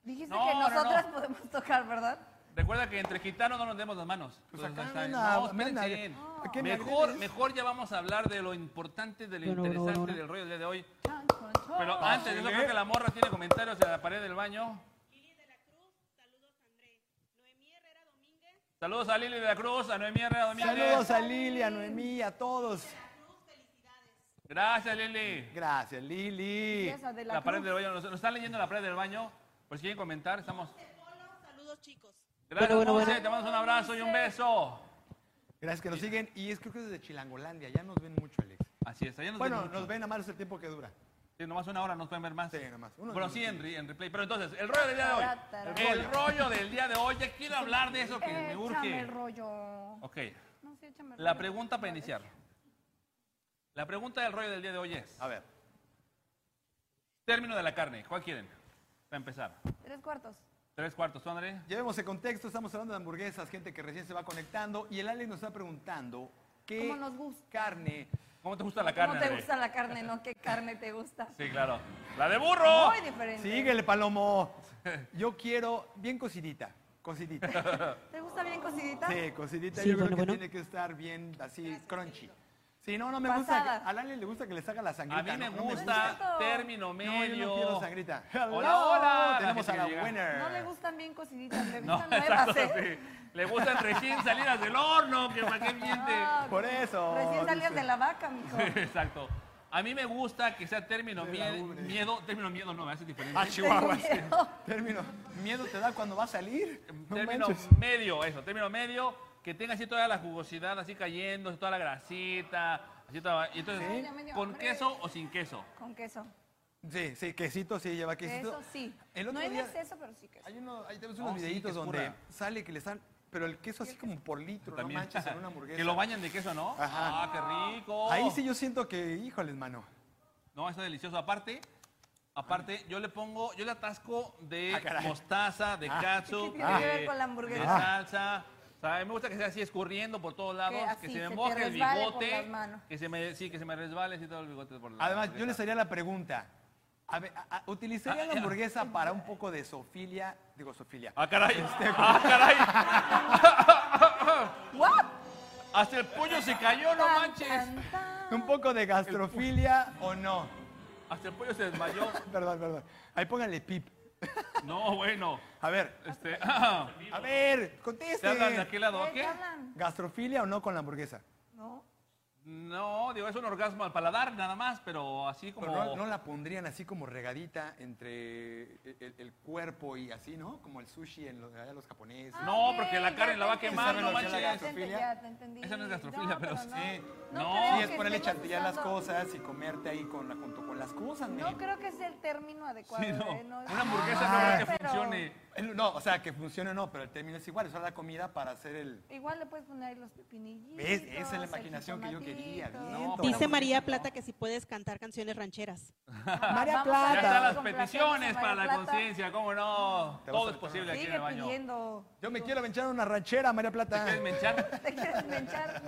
Dijiste
No,
que
no, no.
nosotras podemos tocar, ¿verdad?
Recuerda que entre gitanos no nos demos las manos.
Pues
Entonces,
acá
está bien.
anda,
No,
anda,
espérense.
¿a qué me
Mejor,
agredes?
mejor ya vamos a hablar de lo importante, de lo interesante del rollo del día de hoy.
Chon, chon, chon.
Pero
Oh.
antes, yo creo que la morra tiene comentarios en la pared del baño.
Lili de la Cruz, saludos Andrés. Noemí Herrera Domínguez,
Saludos a Lili de la Cruz, a Noemí Herrera Domínguez.
Saludos a Lili, a Noemí, a todos.
Gracias, Lili.
Gracias, Lili.
Esa de
La,
la,
pared
cruz.
del baño, nos, nos están leyendo la pared del baño. Por si quieren comentar, estamos.
saludos chicos.
Gracias, Monse, te mando un abrazo y un beso.
Gracias que nos siguen. Y es creo que es desde Chilangolandia. Ya nos ven mucho, Alex.
Así es, allá nos
Bueno,
ven mucho.
nos ven a más el tiempo que dura.
Sí, nomás una hora nos pueden ver más.
Sí, nomás, unos
Bueno, sí, en,
minutos.
re- en replay. Pero entonces, el rollo del día de hoy.
Tarara,
El rollo. del día de hoy. Ya quiero hablar de eso que me
Échame el
urge.
rollo.
Ok,
No sé, échame el
la
rollo.
pregunta para iniciar. La pregunta del rollo del día de hoy es:
A ver.
término de la carne, ¿cuál quieren? Para empezar.
Tres cuartos.
Tres cuartos, ¿tú, André.
Llevemos el contexto, estamos hablando de hamburguesas, gente que recién se va conectando y el Alex nos está preguntando qué
¿Cómo nos gusta?
carne.
¿Cómo te gusta la carne?
¿Cómo te
André?
gusta la carne? No, ¿qué carne te gusta?
Sí, claro. ¡La de burro!
Muy diferente.
Síguele, Palomo. Yo quiero bien cocidita, cocidita.
¿Te gusta bien cocidita?
Sí, cocidita.
Sí,
Yo creo
bueno,
que
bueno.
tiene que estar bien así, crunchy. Sí, no, no me gusta.
Pasada.
que- Al Alex le gusta que le saca la sangrita.
A mí me
¿no? No
gusta
gusta.
término
No, yo no
medio.
quiero sangrita. Hello,
Hola, hola.
Tenemos
gente
a la
que llega.
winner.
No le gustan bien
<laughs>
cociditas, le
Ah. No,
gustan
exacto,
nuevas, ¿eh?
sí. Le gustan recién salidas del horno, que para qué miente.
Ah,
Por eso.
Recién salías
dice.
de la vaca, mijo.
<laughs> Exacto. A mí me gusta que sea término
De la
mie-
ubre.
miedo, término miedo no, me hace diferente.
Ah, Chihuahua.
Tengo miedo.
Término. Miedo te da cuando va a salir. No
término
manches.
medio, eso, término medio, que tenga así toda la jugosidad, así cayendo, así toda la grasita, así toda, y entonces,
Ay, ya me dio
¿con
hambre.
queso o sin queso?
Con queso.
Sí, sí, quesito, sí, lleva quesito.
Queso sí.
El otro
no en
día-
exceso, pero sí queso.
Hay uno, ahí tenemos
Oh,
unos
sí,
videitos
que es
donde
pura.
sale que le están, pero el queso así como por litro, no manches,
<laughs>
en una hamburguesa.
que lo bañan de queso, ¿no?
Ajá.
Ah, qué rico.
Ahí sí yo siento que, híjoles, mano.
No, está delicioso. Aparte, aparte, yo le pongo, yo le atasco de
Ah, caray. Ah.
mostaza, de
¿Qué
catsup,
tiene que
de-
ver con la hamburguesa?
de salsa. O sea, a mí me gusta que sea así escurriendo por todos lados,
Que así
que se me
se te
moje el
resbale por
bigote,
las manos.
que se me, sí, que se me resbale así todo el bigote por la
Además, yo
hamburguesa.
les haría la pregunta. A ver, a- a- ¿utilizaría
Ah,
la
ya.
hamburguesa para un poco de sofilia? Digo, sofilia.
Ah, caray.
Este,
Ah, caray.
¡Guau!
Hasta el pollo se cayó, no
Tan,
manches.
tan, tan.
¿Un poco de gastrofilia o no?
Hasta el pollo se desmayó.
Perdón, perdón. Ahí pónganle pip.
No, bueno.
A ver,
<laughs>
Este,
a ver,
¿Te hablan de
contesten.
aquel lado?
¿De
¿Qué?
¿Qué hablan?
¿Gastrofilia o no con la hamburguesa?
No.
No, digo, es un orgasmo al paladar, nada más, pero así como...
Pero no, no la pondrían así como regadita entre el, el- el cuerpo y así, ¿no? Como el sushi en los, allá los japoneses.
No,
Ah,
porque la
ok,
carne
ya
la va a
te entendí,
quemar, no
ya te
manches.
entendí, ya te entendí.
Esa no es gastrofilia, pero sí.
No,
No.
creo
Sí, es
que
ponerle
estemos
chantilly a las
usando-
cosas y comerte ahí con la, junto con las cosas, men.
No creo que sea el término adecuado.
<laughs> Sí, no.
¿eh? No,
Una hamburguesa
no
no creo que
pero
funcione.
El- No, o sea, que funcione o no, pero el término es igual, usar la comida para hacer el...
Igual le puedes poner ahí los pepinillitos.
¿Ves? Esa es la
el
imaginación que yo quería,
jitomatito.
bien.
No,
Dice
pero-
María Plata que si puedes cantar canciones rancheras.
Ah,
María Plata.
vamos a
Ya
Ahí
están las
complacemos a
peticiones
María
para la
Plata.
conciencia, ¿cómo no?
Te vas
Todo
a
es posible aquí en
Sigue
el baño.
pidiendo. <laughs>
Yo me quiero echar una ranchera, María Plata.
¿Quieres menchar?
¿Te quieres menchar?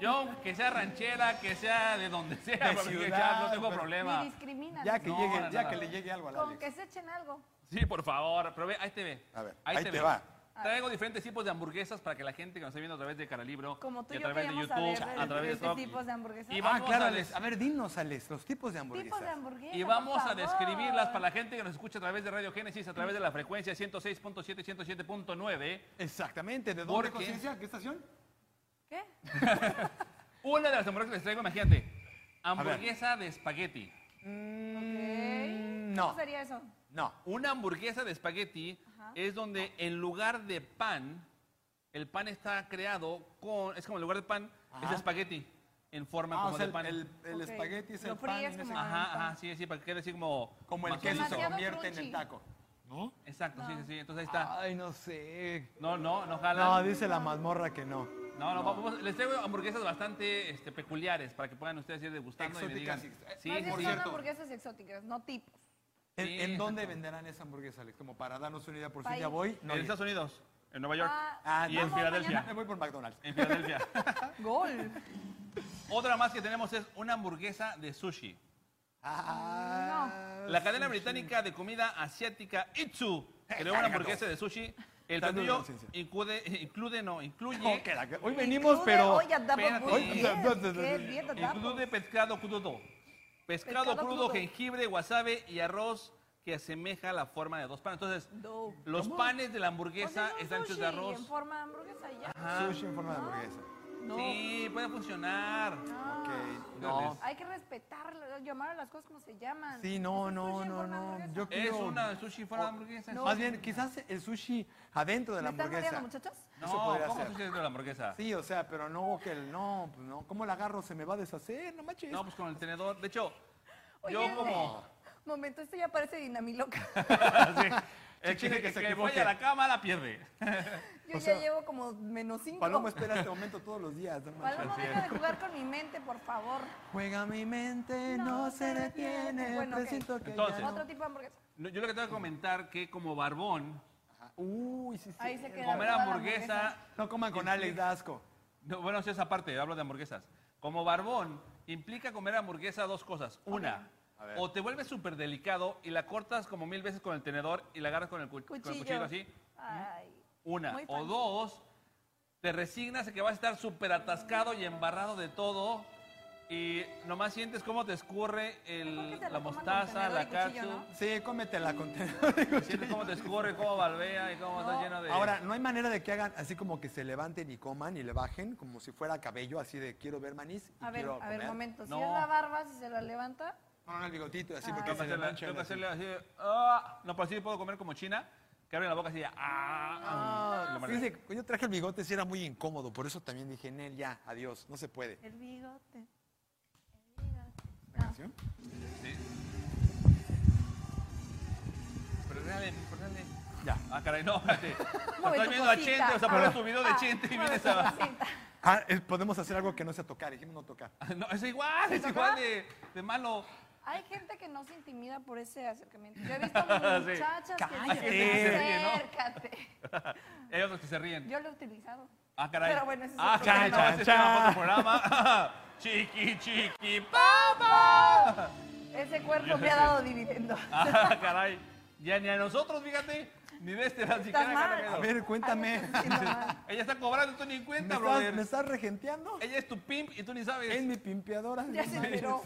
Yo, que sea ranchera, que sea de
<laughs>
donde sea,
De
porque
ciudad,
ya no tengo
pero-
Ni
problema.
discrimina.
Ya que,
No,
llegue,
no,
ya
no.
que le llegue algo a la
Con que se echen algo.
Sí, por favor, pero ve, ahí te ve.
A ver, ahí te
ve.
va.
Traigo diferentes tipos de hamburguesas para que la gente que nos está viendo a través de Caralibro,
Como tú
y
y
a
yo
través de
queríamos
YouTube,
saber
a través de
diferentes
TikTok.
tipos de hamburguesas.
Y
Ah,
vamos
claro,
a
Alex.
des-
A ver, dinos, Alex, los tipos de hamburguesas.
Tipos de hamburguesas.
Y
por
vamos a
favor.
describirlas para la gente que nos escucha a través de Radio Génesis, a través de la frecuencia 106.7, 107.9.
Exactamente, ¿de
¿Por
dónde
qué?
conciencia? ¿Qué estación?
¿Qué?
Una de las hamburguesas que les traigo, imagínate, hamburguesa de espagueti.
Mm,
¿Cómo
no,
sería eso?
no.
Una hamburguesa de espagueti es donde en lugar de pan, el pan está creado con, es como en lugar de pan, es espagueti. en forma
Ah,
como
o sea,
de
el,
pan.
el- el
Ok.
espagueti es
Lo
el pan.
fríes
en ese-
como-
Ajá, ajá, sí, sí, para que quede así como...
Como el
más
queso se
suavecito.
Demasiado
convierte en
crunchy.
el taco.
¿No?
Exacto, sí, sí, sí, entonces ahí está.
Ay, no sé.
No, no, no jala.
No, dice la mazmorra que no.
No, no, vamos, les traigo hamburguesas bastante este, peculiares para que puedan ustedes ir degustando
Exóticas,
y
eh,
me digan. Sí,
Más
sí,
bien
por
sí.
son
cierto.
hamburguesas exóticas, no tipos.
¿En,
Sí,
en dónde
exacto.
venderán esa hamburguesa, Alex? Como para darnos una idea, por si
País.
ya voy.
En
No, ya.
Estados Unidos, en Nueva York,
Ah,
y en
vamos
Filadelfia.
me voy por McDonald's.
En Filadelfia.
Gol.
<laughs> Otra más que tenemos es una hamburguesa de sushi.
Ah,
La cadena británica de comida asiática Itsu creó una hamburguesa de sushi. El
Está duro,
platillo
conciencia.
include, incluye, no, incluye,
no, que la- que- hoy venimos, pero.
Oye, andamos
espérate.
muy bien.
Hoy-
Qué bien andamos.
incluye pescado crudo. Pescado,
Pescado
crudo,
crudo.
jengibre, wasabe y arroz que asemeja la forma de dos panes. Entonces,
No.
los panes de la hamburguesa
Ponle un
están hechos de
sushi En
arroz.
forma de hamburguesa y ya.
Ajá.
Sushi en forma de hamburguesa.
No.
Sí, puede funcionar.
Ah.
Ok, no.
Hay que respetar, llamar a las cosas como se llaman.
Sí, no,
Es un
no,
sushi en
no,
forma de
no.
hamburguesa.
Yo
Es
quiero.
una sushi forma de hamburguesa.
Más bien, quizás el sushi adentro de
¿Me
la
están mareando,
hamburguesa.
muchachos?
No,
Eso podría
¿cómo
ser.
sushi dentro de la hamburguesa?
Sí, o sea, pero no, que el no, pues no. ¿Cómo la agarro? Se me va a deshacer, no manches.
No, pues con el tenedor. De hecho,
Oye, eh,
yo como...
Momento, esto ya
<laughs>
parece dinamiloca.
Sí.
Sí,
El
tiene
que,
que
que,
se
que
equivoque.
falla la cama la pierde.
Yo
O
ya
sea,
llevo como menos cinco.
Paloma espera este momento todos los días, no manches.
Paloma, deja de jugar con mi mente, por favor.
Juega mi mente, no,
No
se
se
detiene.
detiene. Bueno, ok.
presiento que ya
Entonces.
no-
Otro tipo de hamburguesa.
No, Yo lo que tengo que comentar que como barbón,
Ah, Uy, sí, sí.
Ahí se queda.
comer
toda la
hamburguesa...
No coman
Este.
con Alex Dasco.
No, bueno, sí, esa parte, hablo de hamburguesas. Como barbón, implica comer hamburguesa dos cosas. Una, o te vuelves súper delicado y la cortas como mil veces con el tenedor y la agarras con el, cu- con el
Cuchillo.
cuchillo así.
Ay.
Una.
Muy
O
fancy.
dos, te resignas a que vas a estar súper atascado y embarrado de todo. Y nomás sientes cómo te escurre el-
Mejor que se
la
lo coman con
mostaza,
tenedor
la
y cuchillo,
catsup.
Sí, cómetela con tenedor y cuchillo.
Sientes cómo te escurre, cómo balbea y cómo está
No.
lleno de...
Ahora, no hay manera de que hagan así como que se levanten y coman y le bajen, como si fuera cabello, así de quiero ver manís. y
¿Mm?
A ver,
quiero
a ver,
comer.
momento. Si
No.
es la barba, si se la levanta.
No, no, el bigotito, así
Ah.
porque
Tengo que
se le
hacerle,
manchan
tengo que
así.
hacerle así. ah, no, pero así puedo comer como china. Que abre la boca así. ah, Ah, lo mareé.
Fíjense, yo traje el bigote, sí era muy incómodo, por eso también dije, Nel, ya, adiós, no se puede.
El bigote.
¿La canción?
Sí. Pero dale, pero dale.
Ya.
Ah, caray, no,
<laughs>
espérate.
Ah. Mueve
Estás
tu
viendo a
cosita.
Chente, o sea,
Ah,
pones tu video de
ah,
Chente y
mueve
vienes
tu
a.
cosita.
Ah, eh, podemos hacer algo que no sea tocar, dijimos no tocar.
<laughs> No, es igual, es
toca?
igual de, de malo.
Hay gente que no se intimida por ese acercamiento. Yo
<laughs>
he visto muchachas que
Cállate.
se
Sí, ¿no?
acércate.
Hay otros que se ríen.
Yo lo he utilizado.
Ah, caray.
Pero bueno, ese es
ah,
otro
caray,
tema.
no, ese es tema para otro programa. <laughs> chiqui, chiqui, papa.
Ese cuerpo me ha dado dividendo.
<laughs> Ah, caray. Ya ni a nosotros, fíjate, ni de este lado.
Estás mal.
A ver, cuéntame.
Algo estoy haciendo
<laughs>
mal.
Ella está cobrando, tú ni en
¿Me
cuenta,
estás,
brother.
¿Me estás regenteando?
Ella es tu pimp y tú ni sabes.
Es mi pimpeadora.
Ya
no
se
manches.
enteró.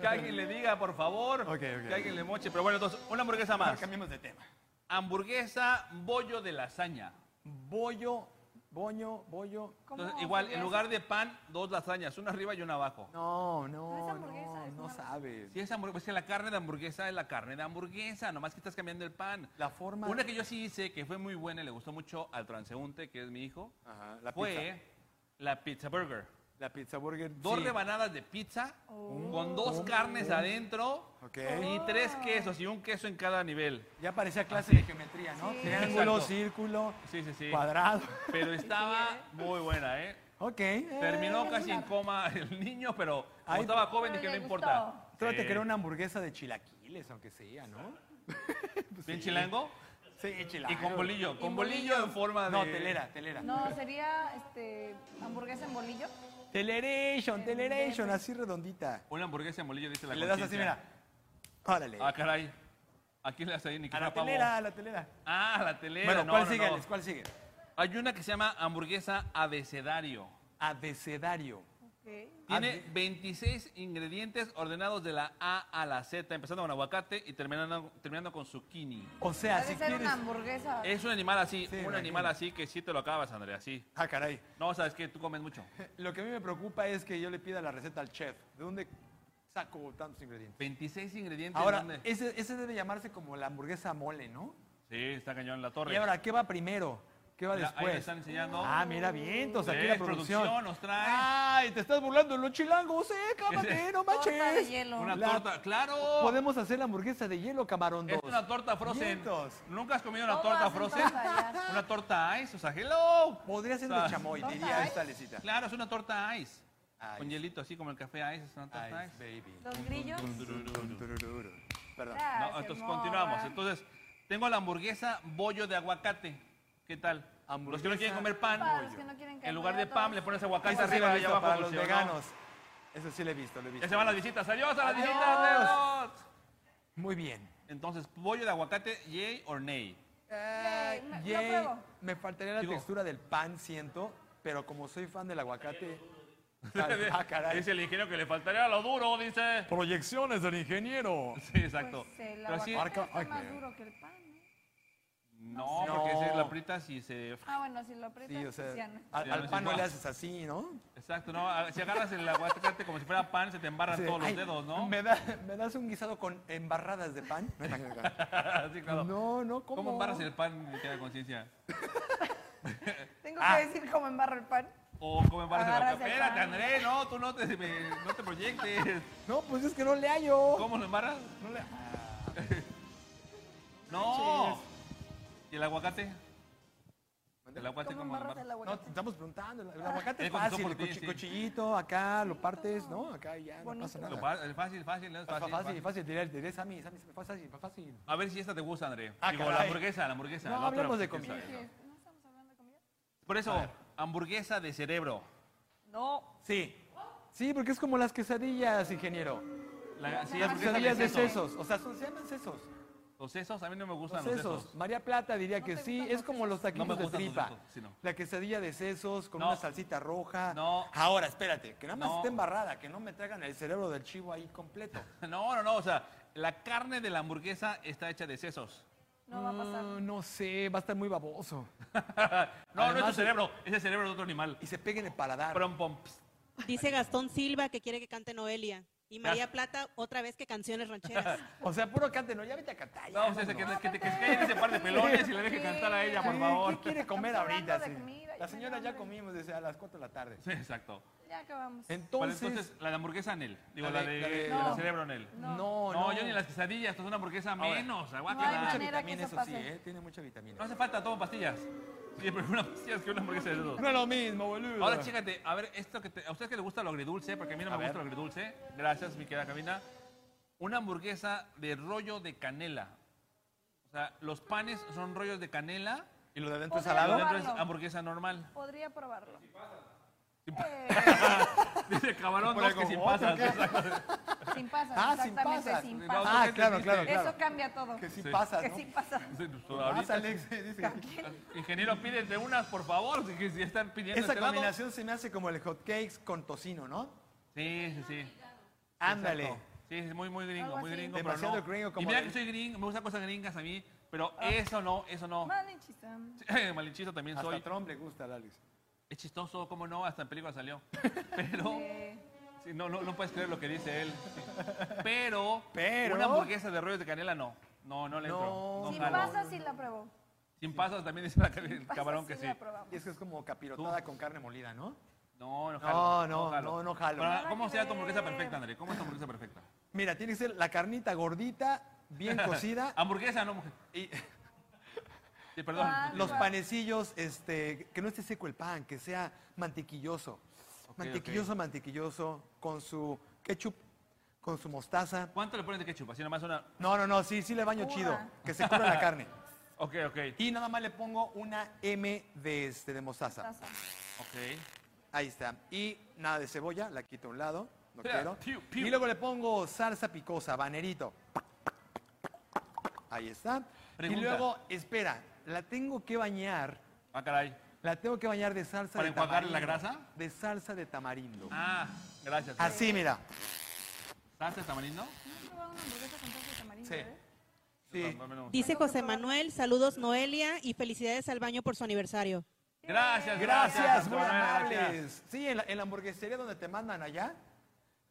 Que alguien le diga, por favor.
ok.
Que alguien le moche. Pero bueno, entonces, una hamburguesa
Ahora
más.
cambiemos de tema.
Hamburguesa, bollo de lasaña.
Bollo, boño, bollo.
¿Cómo
Entonces, igual, en
sería
lugar de pan, dos lasañas, una arriba y una abajo.
No,
No es
no,
hamburguesa,
no,
es
no
una-
sabes.
Si es hamburguesa, es que la carne de hamburguesa es la carne de hamburguesa, nomás que estás cambiando el pan.
La forma.
Una que yo sí hice, que fue muy buena y le gustó mucho al transeúnte, que es mi hijo,
Ajá, Ah, la
fue
pizza.
la pizza burger.
La pizza burger.
Dos
sí. Oh.
rebanadas de pizza con dos carnes adentro
Ok.
y tres quesos y un queso en cada nivel.
Ya parecía clase de geometría, ¿no?
Sí.
Triángulo,
Exacto.
círculo,
Sí, sí, sí.
cuadrado.
Pero estaba muy buena, ¿eh?
Ok. eh,
Terminó casi en coma <laughs> el niño, pero como
Ay,
estaba joven
pero
dije, no
le
importa.
gustó.
Trate
Sí.
que era una hamburguesa de chilaquiles, aunque sea, ¿no?
¿Bien chilango?
Sí,
Y
chilaquiles.
con bolillo. Con
bolillo.
bolillo en forma de...
No, telera, telera.
No, sería este, hamburguesa en bolillo.
Teleration, teleration, así redondita.
Una hamburguesa en bolillo, dice la
Y le das así,
conciencia.
mira. Órale.
Ah, caray. Aquí le das ahí ni que
A la
fuera pavo.
telera, a la telera.
Ah, a la telera.
Bueno,
No,
¿cuál
no,
sigue,
no.
Alex? ¿Cuál sigue?
Hay una que se llama hamburguesa abecedario.
Abecedario.
Ok.
Ah,
Tiene
sí.
26 ingredientes ordenados de la A a la Z, empezando con aguacate y terminando, terminando con zucchini.
O
Ha
sea,
de
si
ser
quieres.
una hamburguesa.
Es un animal así,
Sí,
un
me
animal
imagino.
así que sí te lo acabas, Andrea, sí.
Ah, caray.
No, sabes que tú
<laughs>
comes mucho.
Lo que a mí me preocupa es que yo le pida la receta al chef. ¿De dónde saco tantos ingredientes?
26 ingredientes.
Ahora, eh,
¿dónde?
ese, ese debe llamarse como la hamburguesa mole, ¿no?
Sí, está cañón la torre.
Y ahora, ¿qué va primero? ¿Qué va
Mira, ahí le
después?
están enseñando.
Ah, mira, vientos, aquí la
¿Ves?
producción.
nos trae
Ay, te estás burlando de los chilangos, eh, cálmate, no
Torta de
manches.
hielo.
una
La-
torta. ¡Claro!
Podemos hacer la hamburguesa de hielo, camarón
Es
2.
una torta frozen.
Vientos.
¿Nunca has comido una
¿Cómo
torta
hacen
frozen?
torta allá?
una torta ice, o sea, hello.
Podría ser
Ah.
de chamoy, diría
Ay.
esta lecita.
Claro, es una torta ice. Con
Ice.
hielito, así como el café ice, es una torta ice.
Ice, baby.
Los grillos. Ah,
Turururu. Perdón.
Gracias,
No, entonces
morra.
continuamos. Entonces, tengo la hamburguesa bollo de aguacate. ¿Qué tal? Los que no
Hamburguesa,
quieren comer pan,
Para los que no quieren
en lugar de
carbohidratos.
pan le pones aguacate
Esa sí
arriba
la he
y
visto
abajo.
para los
dulce, ¿o no?
veganos. Eso sí lo he visto, lo he visto.
Ya se van las visitas. Adiós a las
Adiós.
visitas. adiós.
Muy bien.
Entonces, bollo de aguacate, yay or nay.
Yay, me- lo
Yay.
pruebo.
me faltaría la
Digo-
textura del pan, siento, pero como soy fan del aguacate.
<laughs>
<laughs> Ah, caray.
Dice el ingeniero que le faltaría lo duro, dice.
Proyecciones del ingeniero.
Sí, exacto.
Pues el
Pero sí,
aguacate
Marca-
está
ay,
más
qué-
duro que el pan, ¿no?
no,
No.
porque si lo aprietas y se...
Ah, bueno, si lo aprietas, pues
Sí, o
ya
sea, ah.
no.
al,
Ya no
al
es
pan no
igual.
le haces así, ¿no?
Exacto, no, a- si agarras el aguacate como si fuera pan, se te embarran
Sí.
todos los
Ay,
dedos, ¿no?
¿me, da- me das un guisado con embarradas de
<laughs>
pan?
Sí, claro.
No, no, ¿cómo?
¿Cómo embarras el pan y te da conciencia?
Tengo
Ah.
que decir cómo embarro el pan.
O cómo embarras el
Agarras
aguacate.
el
Espérate,
pan.
André, no, tú no te, me- no te proyectes.
No, pues es que no le hallo.
¿Cómo lo embarras? No le...
Ah.
No. ¿Y el aguacate? ¿El aguacate
¿Cómo
cómo lo
embarras el
embarras?
No,
aguacate?
te estamos preguntando. El aguacate
Él
es
contestó
fácil,
por ti,
cochi-
sí.
cuchillito, acá lo partes, ¿no? Acá y ya, no
Bonito.
pasa
Lo
nada.
fa- Fácil, fácil, es
Fa-
fácil,
Fácil,
fácil.
fácil, diré, diré Sammy, Sammy, fácil, fácil.
A ver si esta te gusta, André.
Ah,
Digo, la
caray.
hamburguesa, la hamburguesa.
No,
la otra
hablemos de
hamburguesa.
comida.
¿Qué? ¿No estamos hablando de comida?
Por eso, hamburguesa de cerebro.
No.
Sí. Sí, porque es como las quesadillas, ingeniero.
La, sí,
Ah,
Las
hamburguesa
quesadillas de
sesos.
sesos. O sea, son- se llaman sesos.
Los sesos, a mí no me
Los
gustan los sesos. <laughs>
sesos. María Plata diría
¿No
que
te
sí.
gustan
Es
los
como los taquitos
No me
de
gustan los
tripa.
sesos, sí, no.
La quesadilla de sesos con
No.
una salsita roja.
No.
Ahora, espérate, que nada más
No.
esté embarrada, que no me traigan el cerebro del chivo ahí completo.
No, no, no, o sea, la carne de la hamburguesa está hecha de sesos.
No va a pasar.
Mm, no sé, va a estar muy baboso.
No, no es tu
Además,
cerebro, es el cerebro de otro animal.
Y se peguen en el paladar.
Prom, pom, ps.
Dice Gastón Silva que quiere que cante Noelia. Y María Plata otra vez que canciones rancheras.
O sea, puro cante, no, ya vete a cantar. ya,
No, o sea, se- que,
vámonos.
que, que, que se callen ese par de pelones y le deje
Sí.
cantar a ella, por
Sí,
favor.
¿Qué quiere comer
Estamos
ahorita?
hablando de
sí?
comida,
La
ya
señora
tengo
ya
hambre.
comimos desde a las 4 de la tarde.
Sí, exacto.
Ya acabamos.
Vale,
Entonces,
entonces, la de hamburguesa en él. Digo,
La
la
de-
de,
la de-
la de
No.
cerebro en él.
no, no.
No.
No, yo ni las quesadillas, esto es una hamburguesa
Ahora,
menos.
no hay
Aguácala.
Mucha
manera que
vitamina,
eso
eso sí,
pase.
¿eh? Tiene mucha vitamina.
No hace falta, tomo pastillas. Sí, pero una pastilla es que una hamburguesa de dedos.
No es lo mismo, boludo.
Ahora, chécate, a ver, esto que te- a ustedes que les gusta lo agridulce, porque a mí no
A
me gusta
ver.
lo agridulce. Gracias, mi querida Camina. Una hamburguesa de rollo de canela. O sea, los panes son rollos de canela.
¿Y lo de adentro es
Lo
Podría
salado?
dentro es
Probarlo.
hamburguesa normal. <laughs>
Podría probarlo.
Sin
Eh,
Dice camarón,
Pero
dos que
con
sin
otro,
pasas.
¿qué?
<laughs>
sin pasas,
Ah, sin
exactamente,
pasas.
sin
Vamos,
pasas.
Ah,
¿qué
claro,
te
claro,
dice?
claro.
Eso cambia todo.
Que sí,
Sí.
pasas,
Que
¿no?
sí pasa.
Sí, pues,
Vas,
ahorita,
Alex. dice que-
Ingeniero, pídete unas, por favor, <laughs> si, si están pidiendo
Esa
este lado.
combinación se me hace como el hot cakes con tocino, ¿no?
Sí, sí, sí.
Ándale.
Exacto. Sí, es muy, muy gringo,
Algo
muy
así.
gringo. pero
Demasiado
no.
gringo como
Y mira
de- Ah.
que soy gringo, me gustan cosas gringas a mí, pero eso no, eso no. <laughs>
Malinchista.
Malinchito también
Hasta
soy.
Trump le gusta al Alex.
Es chistoso, cómo no, hasta en película salió.
<laughs>
Pero,
Eh,
sí, no, no, no puedes creer lo que dice él. Pero,
Pero-
una hamburguesa de rollos de canela no. No, no le entro.
No.
No,
sin
jalo.
pasas, sí la pruebo.
Sin pasas también dice la, el
Pasas,
cabrón que sí.
la probamos.
Y es que es como capirotada con carne molida, ¿no?
No, no
No,
jalo.
no, no, no jalo.
Pero,
Nada
¿Cómo
que
sería tu hamburguesa
ver.
perfecta, André? ¿Cómo es tu hamburguesa perfecta?
Mira, tiene que ser la carnita gordita, <laughs> bien cocida.
hamburguesa, no, mujer.
y
Sí, perdón.
Ah,
los
Igual.
panecillos, este, que no esté seco el pan, que sea mantequilloso. mantequilloso, mantequilloso, con su ketchup, con su mostaza.
¿Cuánto le pones de ketchup? Así nomás una...
No, no, no, sí, sí le baño
Cura.
chido, que se cura la <laughs> carne.
Ok, ok,
Y nada más le pongo una M de, este, de mostaza.
Taza.
ok.
Ahí está. Y nada de cebolla, la quito a un lado, no
Ya,
quiero.
piu, piu.
Y luego le pongo salsa picosa, banerito. Ahí está. Y
Pregunta.
luego, espera, la tengo que bañar,
Ah, caray.
la tengo que bañar de salsa
¿Para
de
enjuagarle
tamarindo.
la grasa?
De salsa de tamarindo.
Ah, gracias.
Así, mira.
¿Salsa de tamarindo?
¿No has probado una hamburguesa con salsa de tamarindo?
Sí.
eh?
Sí.
Dice José Manuel, saludos Noelia y felicidades al baño por su aniversario.
Eh,
Gracias, gracias.
Gracias, muy
Manuel,
amables.
gracias.
Sí, en la, en la hamburguesería donde te mandan allá,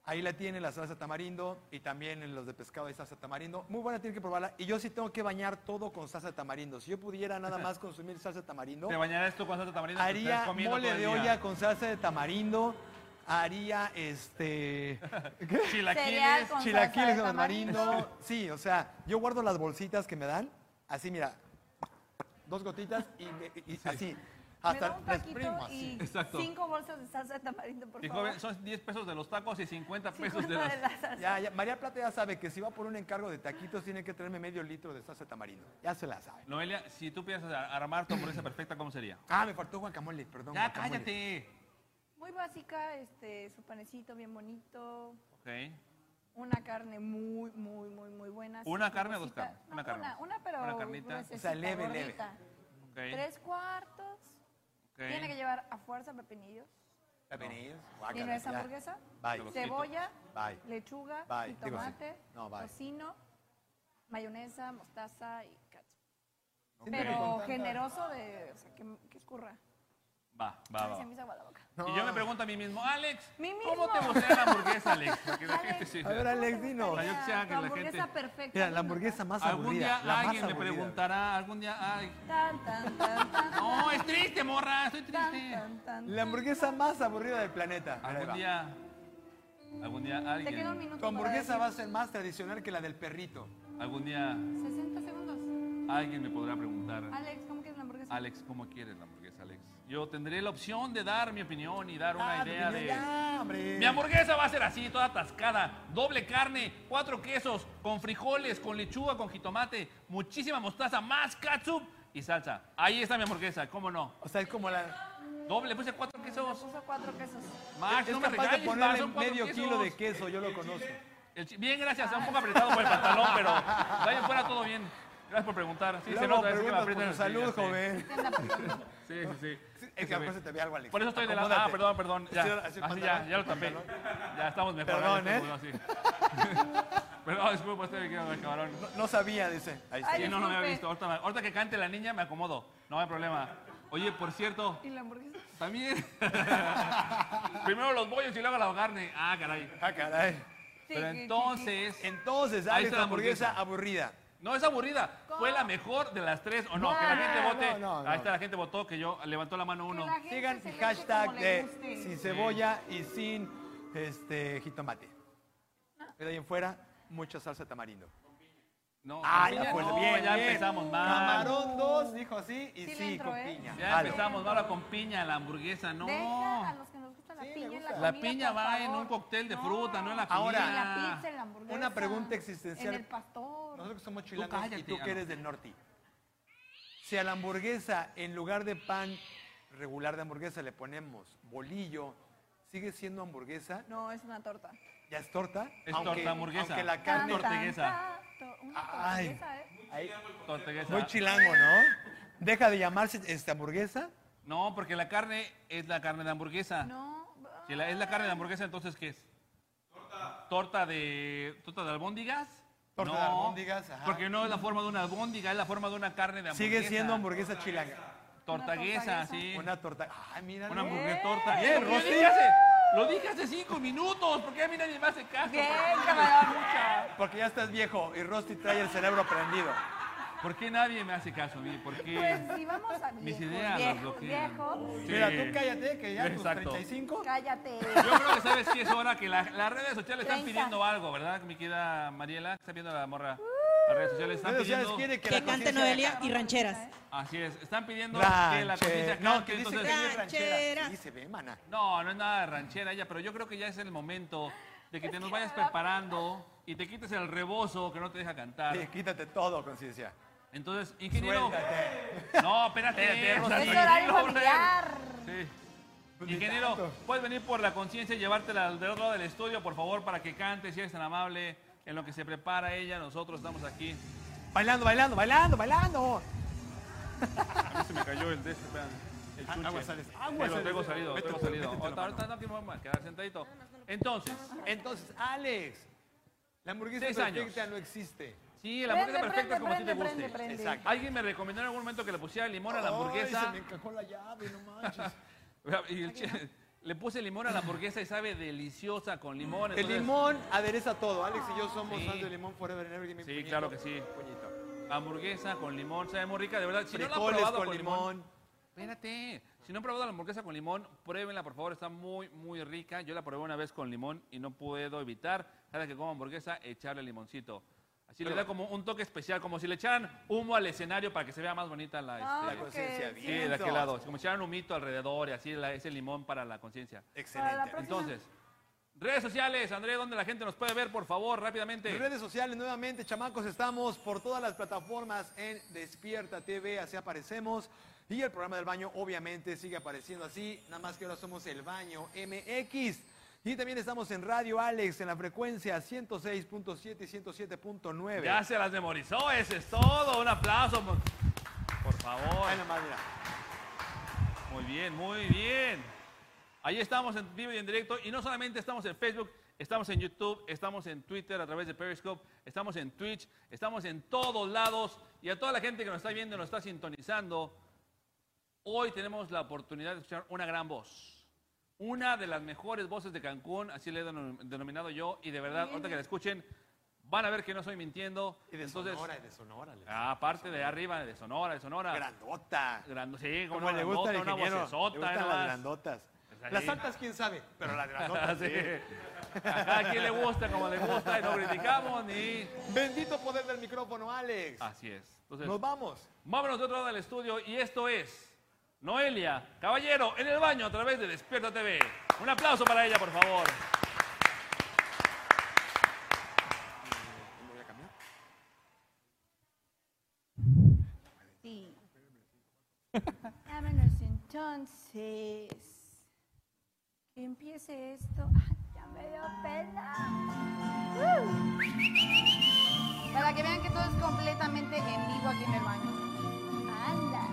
Ahí la tienen la salsa tamarindo y también en los de pescado hay salsa tamarindo. Muy buena, tienen que probarla. Y yo sí tengo que bañar todo con salsa tamarindo. Si yo pudiera nada más consumir salsa tamarindo,
<laughs> Te bañarás tú con salsa tamarindo. que estés
haría
comiendo
mole
todo el
de
día.
olla con salsa de tamarindo, haría
<laughs>
este
Cereal
Chilaquiles.
con
chilaquiles con
salsa de
tamarindo. Sí, o sea, yo guardo las bolsitas que me dan, así mira, dos gotitas y, me- y- y así.
Me da
Hasta
un
las
taquito
primo
y
así.
Exacto.
cinco bolsas de salsa de tamarindo, por
Dijo,
favor.
"Ven, son 10 pesos de los tacos y 50
Cinco
pesos de las...
de la salsa.
<laughs> Ya, ya, María Plata ya sabe que si va por un encargo de taquitos tiene que traerme medio litro de salsa de tamarindo. Ya se la sabe.
Noelia, si tú piensas armar tu hamburguesa perfecta, ¿cómo sería?
Ah, me faltó guacamole, perdón.
Ya,
guacamole.
cállate.
Muy básica, este, su panecito bien bonito,
Ok.
una carne muy, muy, muy, muy buena.
¿Una
así,
carne o dos
gruesita.
carnes?
No,
Una
una
carne.
Una, pero
Una carnita.
gruesecita,
O sea, leve, leve.
gordita.
ok,
Tres cuartos.
ok.
Tiene que llevar a fuerza pepinillos.
Bienvenidos.
Y
Guácala,
nuestra
ya.
hamburguesa,
Bye.
cebolla,
Bye.
lechuga,
Bye.
y
Digo, sí.
tomate,
No, bye.
tocino, mayonesa, mostaza y ketchup.
Ok.
Pero generoso de, o sea, que, que escurra.
Va, va,
Ay,
va.
se me hizo agua la boca.
Y yo me pregunto a mí mismo, Alex,
Mí
¿cómo te
mismo.
gustaría la hamburguesa, Alex? Para que la
Alex.
gente
<laughs>
se-
A ver, Alex, dinos.
yo quisiera que
Tu
la
hamburguesa
gente-
perfecta.
Mira, la
dinos,
hamburguesa más
Algún
aburrida.
día
la más
alguien me
aburrida.
preguntará, algún día... Ay,
Tan, tan, tan, tan,
no, es triste, morra, estoy
tan,
triste.
tan, tan,
La hamburguesa más aburrida del planeta. Mira, ahí
Algún
va.
día, algún día
tan. Te queda un
alguien,
minuto.
Tu hamburguesa va
para
a ser más tradicional que la del perrito.
algún día
decir. 60 segundos.
alguien me podrá preguntar,
Alex, ¿cómo quieres la hamburguesa?
Alex, ¿cómo quieres la hamburguesa, Alex? Yo tendré la opción de dar mi opinión y dar una
Ah, tu
idea
opinión,
de...
ya, hombre.
Mi hamburguesa va a ser así, toda atascada, doble carne, cuatro quesos, con frijoles, con lechuga, con jitomate, muchísima mostaza, más katsup y salsa. Ahí está mi hamburguesa, ¿cómo no?
O sea, es como la.
Doble, le puse cuatro
Le
quesos.
puso cuatro quesos.
Max,
es
Ah, no me
capaz
regañes,
de
Max,
ponerle
son cuatro
medio
quesos.
kilo de queso, yo lo conozco.
El chi- Bien, gracias, está un poco apretado por el pantalón, pero de ahí en fuera todo bien. Gracias por preguntar. Sí, se
Luego
nota, es que me
preguntas por
aprietan
tu
las
salud,
rodillas, sí.
joven.
Sí, sí, sí.
Es que después se te ve algo, Alex.
Por eso estoy de la... Ah,
Acomódate.
perdón, perdón. Ya,
Así, así el
Así ya,
pantalón.
ya lo tapé. Ya estamos mejor.
Perdón,
ya
¿eh?
estamos, así. <laughs> Perdón, disculpa, estoy aquí, cabrón.
No sabía, dice. Ahí está.
Ay,
Sí, no, no me había
disculpe.
visto. Ahorita, me- ahorita que cante la niña me acomodo. No hay problema. Oye, por cierto,
¿Y la hamburguesa?
también... <laughs> Primero los bollos y luego la carne. Ah, caray.
Ah, caray.
Pero entonces...
Entonces,
Ahí
Alex,
está
la
la
hamburguesa aburrida.
No, es aburrida. Fue la mejor de las tres, ¿o no? Que la gente
No,
vote.
no, no.
Ahí está, la gente votó, que yo levantó la mano uno.
este
Sigan el hashtag de sin cebolla y sin este jitomate. Pero ahí en fuera, mucha salsa tamarindo.
No,
Ah,
con
ya
piña
fue
no,
bien.
ya
bien.
empezamos mal.
Camarón 2, dijo así, y
Sí
sí,
le entró,
con
¿eh?
piña.
Ya
Jalo.
empezamos ahora con piña, la hamburguesa, no.
Deja a los que nos gusta la
Sí, me
piña en
gusta.
la
La
comida,
piña
por
va en
favor.
un cóctel de fruta, no en la
Ahora,
En la
comida.
pizza, en la hamburguesa.
Una pregunta existencial.
En el pastor.
Nosotros que somos chilangos y
cállate,
tú
ah,
que
no.
eres del norte. Si a la hamburguesa, en lugar de pan regular de hamburguesa, le ponemos bolillo, ¿sigue siendo hamburguesa?
No, es una torta.
¿Ya es torta?
Es torta hamburguesa.
Aunque la
Tan,
carne...
tan. torteguesa.
tan, to- Una
Ay.
torteguesa, ¿eh?
Ahí-
Torteguesa.
Muy chilango, ¿no? Deja de llamarse este, hamburguesa.
No, porque la carne es la carne de hamburguesa.
No. ah,
Si la- es la carne de hamburguesa, entonces ¿qué es? Torta. ¿Torta de, torta de albóndigas?
Torta
no,
de albóndigas, ajá.
Porque no es la forma de una albóndiga, es la forma de una carne de hamburguesa.
Sigue siendo hamburguesa chilanga.
Tortaguesa,
Una
sí.
Una torta. Ay, mira. ¿eh?
Una hamburguesa torta.
Bien,
Porque
Rosy.
Lo dije hace, lo dije hace cinco minutos. ¿Por qué a mí nadie me hace caso?
Bien,
¿Por qué nadie me
camarón.
escucha?
Porque ya estás viejo y Rosti trae el cerebro prendido.
¿Por qué nadie me hace caso a mí? ¿Por qué?
Pues si vamos a viejos,
Mis ideas las
viejos,
bloquean.
viejos,
Sí.
Mira, tú cállate que ya
Exacto.
tus 35.
cállate.
Yo creo que sabes que es hora que la- las redes sociales están
Treinta.
pidiendo algo, ¿verdad? Mi querida Mariela, está viendo la morra.
Uh.
Las redes sociales están
Pero si ya
pidiendo.
quiere que,
Que
la
cante
conciencia-
Noelia y rancheras.
Así es, están pidiendo que la
Ranchera.
conciencia
No,
cante,
que dice que
entonces-
es ranchera.
Ranchera.
Sí, se ve, mana.
No, no es nada de ranchera ella, pero yo creo que ya es el momento de que te nos vayas preparando y te quites el rebozo que no te deja cantar.
Sí, quítate todo, conciencia.
Entonces, ingeniero.
Suéltate.
No, espérate.
Espérate, Rosy.
o sea,
Es
tranquilo,
horario
hombre.
familiar.
Sí.
Pues ni
Ingeniero,
tanto.
puedes venir por la conciencia y llevártela al del otro lado del estudio, por favor, para que cantes, si eres tan amable, en lo que se prepara ella, nosotros estamos aquí.
Bailando, bailando, bailando, bailando.
A mí se me cayó el de este, espérame, el
Ah,
chuche.
aguas, Alex,
Sí,
aguas,
lo
Alex.
tengo salido, lo
Vete,
tengo
vete,
salido.
vete,
Ahorita,
la
ahorita no tiempo, vamos a quedar sentadito. Entonces,
Entonces, Alex, la hamburguesa
Seis años.
perfecta no existe.
sí, la hamburguesa perfecta es como si te
prende,
guste.
prende.
Exacto.
Alguien me recomendó en algún momento que le pusiera limón a la
Ay,
hamburguesa.
se me encajó la llave, no manches.
<laughs> Y el, chi- Le puse limón a la hamburguesa y sabe deliciosa con
<laughs>
limón.
El
entonces-
limón adereza todo. Alex y yo somos
Ah, Sí.
fans de limón forever and ever. Give me
Sí,
puñito,
claro que sí.
Puñito.
Hamburguesa con limón, sabe muy rica, de verdad. Si no la han
Frijoles
probado
con, limón.
Espérate, si no han probado la hamburguesa con limón, pruébenla, por favor, está muy, muy rica. Yo la probé una vez con limón y no puedo evitar, cada que como hamburguesa, echarle limoncito. Así le da como un toque especial, como si le echaran humo al escenario para que se vea más bonita la...
Ah,
este,
La conciencia.
Sí,
sí, de aquel lado. Como si echaran humito alrededor y así la- ese limón para la conciencia.
Excelente.
Para la próxima.
Entonces, redes sociales, André, ¿dónde la gente nos puede ver, por favor, rápidamente?
En redes sociales nuevamente, chamacos, estamos por todas las plataformas en Despierta TV, así aparecemos. Y el programa del baño obviamente sigue apareciendo así, nada más que ahora somos el baño MX. Y también estamos en Radio Alex en la frecuencia 106.7 y 107.9.
Ya se las memorizó, ese es todo. Un aplauso, por, por favor.
Ay, nada más, mira.
Muy bien, muy bien. Ahí estamos en vivo y en directo. Y no solamente estamos en Facebook, estamos en YouTube, estamos en Twitter a través de Periscope, estamos en Twitch, estamos en todos lados. Y a toda la gente que nos está viendo, nos está sintonizando, hoy tenemos la oportunidad de escuchar una gran voz. Una de las mejores voces de Cancún, así le he denom- denominado yo. Y de verdad, ahorita que la escuchen, van a ver que no estoy mintiendo.
Y de
Entonces,
Sonora, y de Sonora. Alex.
ah, aparte de arriba, de Sonora, de Sonora.
Grandota.
Grande, sí, como,
Como le gusta al
una
ingeniero.
vocesota,
le gustan
nada
las
más.
grandotas.
Pues ahí.
Las altas, quién sabe, pero las
<laughs>
grandotas.
Sí.
sí.
A cada quien le gusta como le gusta y no criticamos ni...
Bendito poder del micrófono, Alex.
Así es. Entonces,
Nos vamos.
vámonos de otro lado del estudio y esto es Noelia Caballero en el baño a través de Despierta TV. Un aplauso para ella, por favor.
Sí. Vámonos entonces. Que empiece esto. Ay, ya me dio pena. ¡Uh! Para que vean que todo es completamente en vivo aquí en el baño. Anda.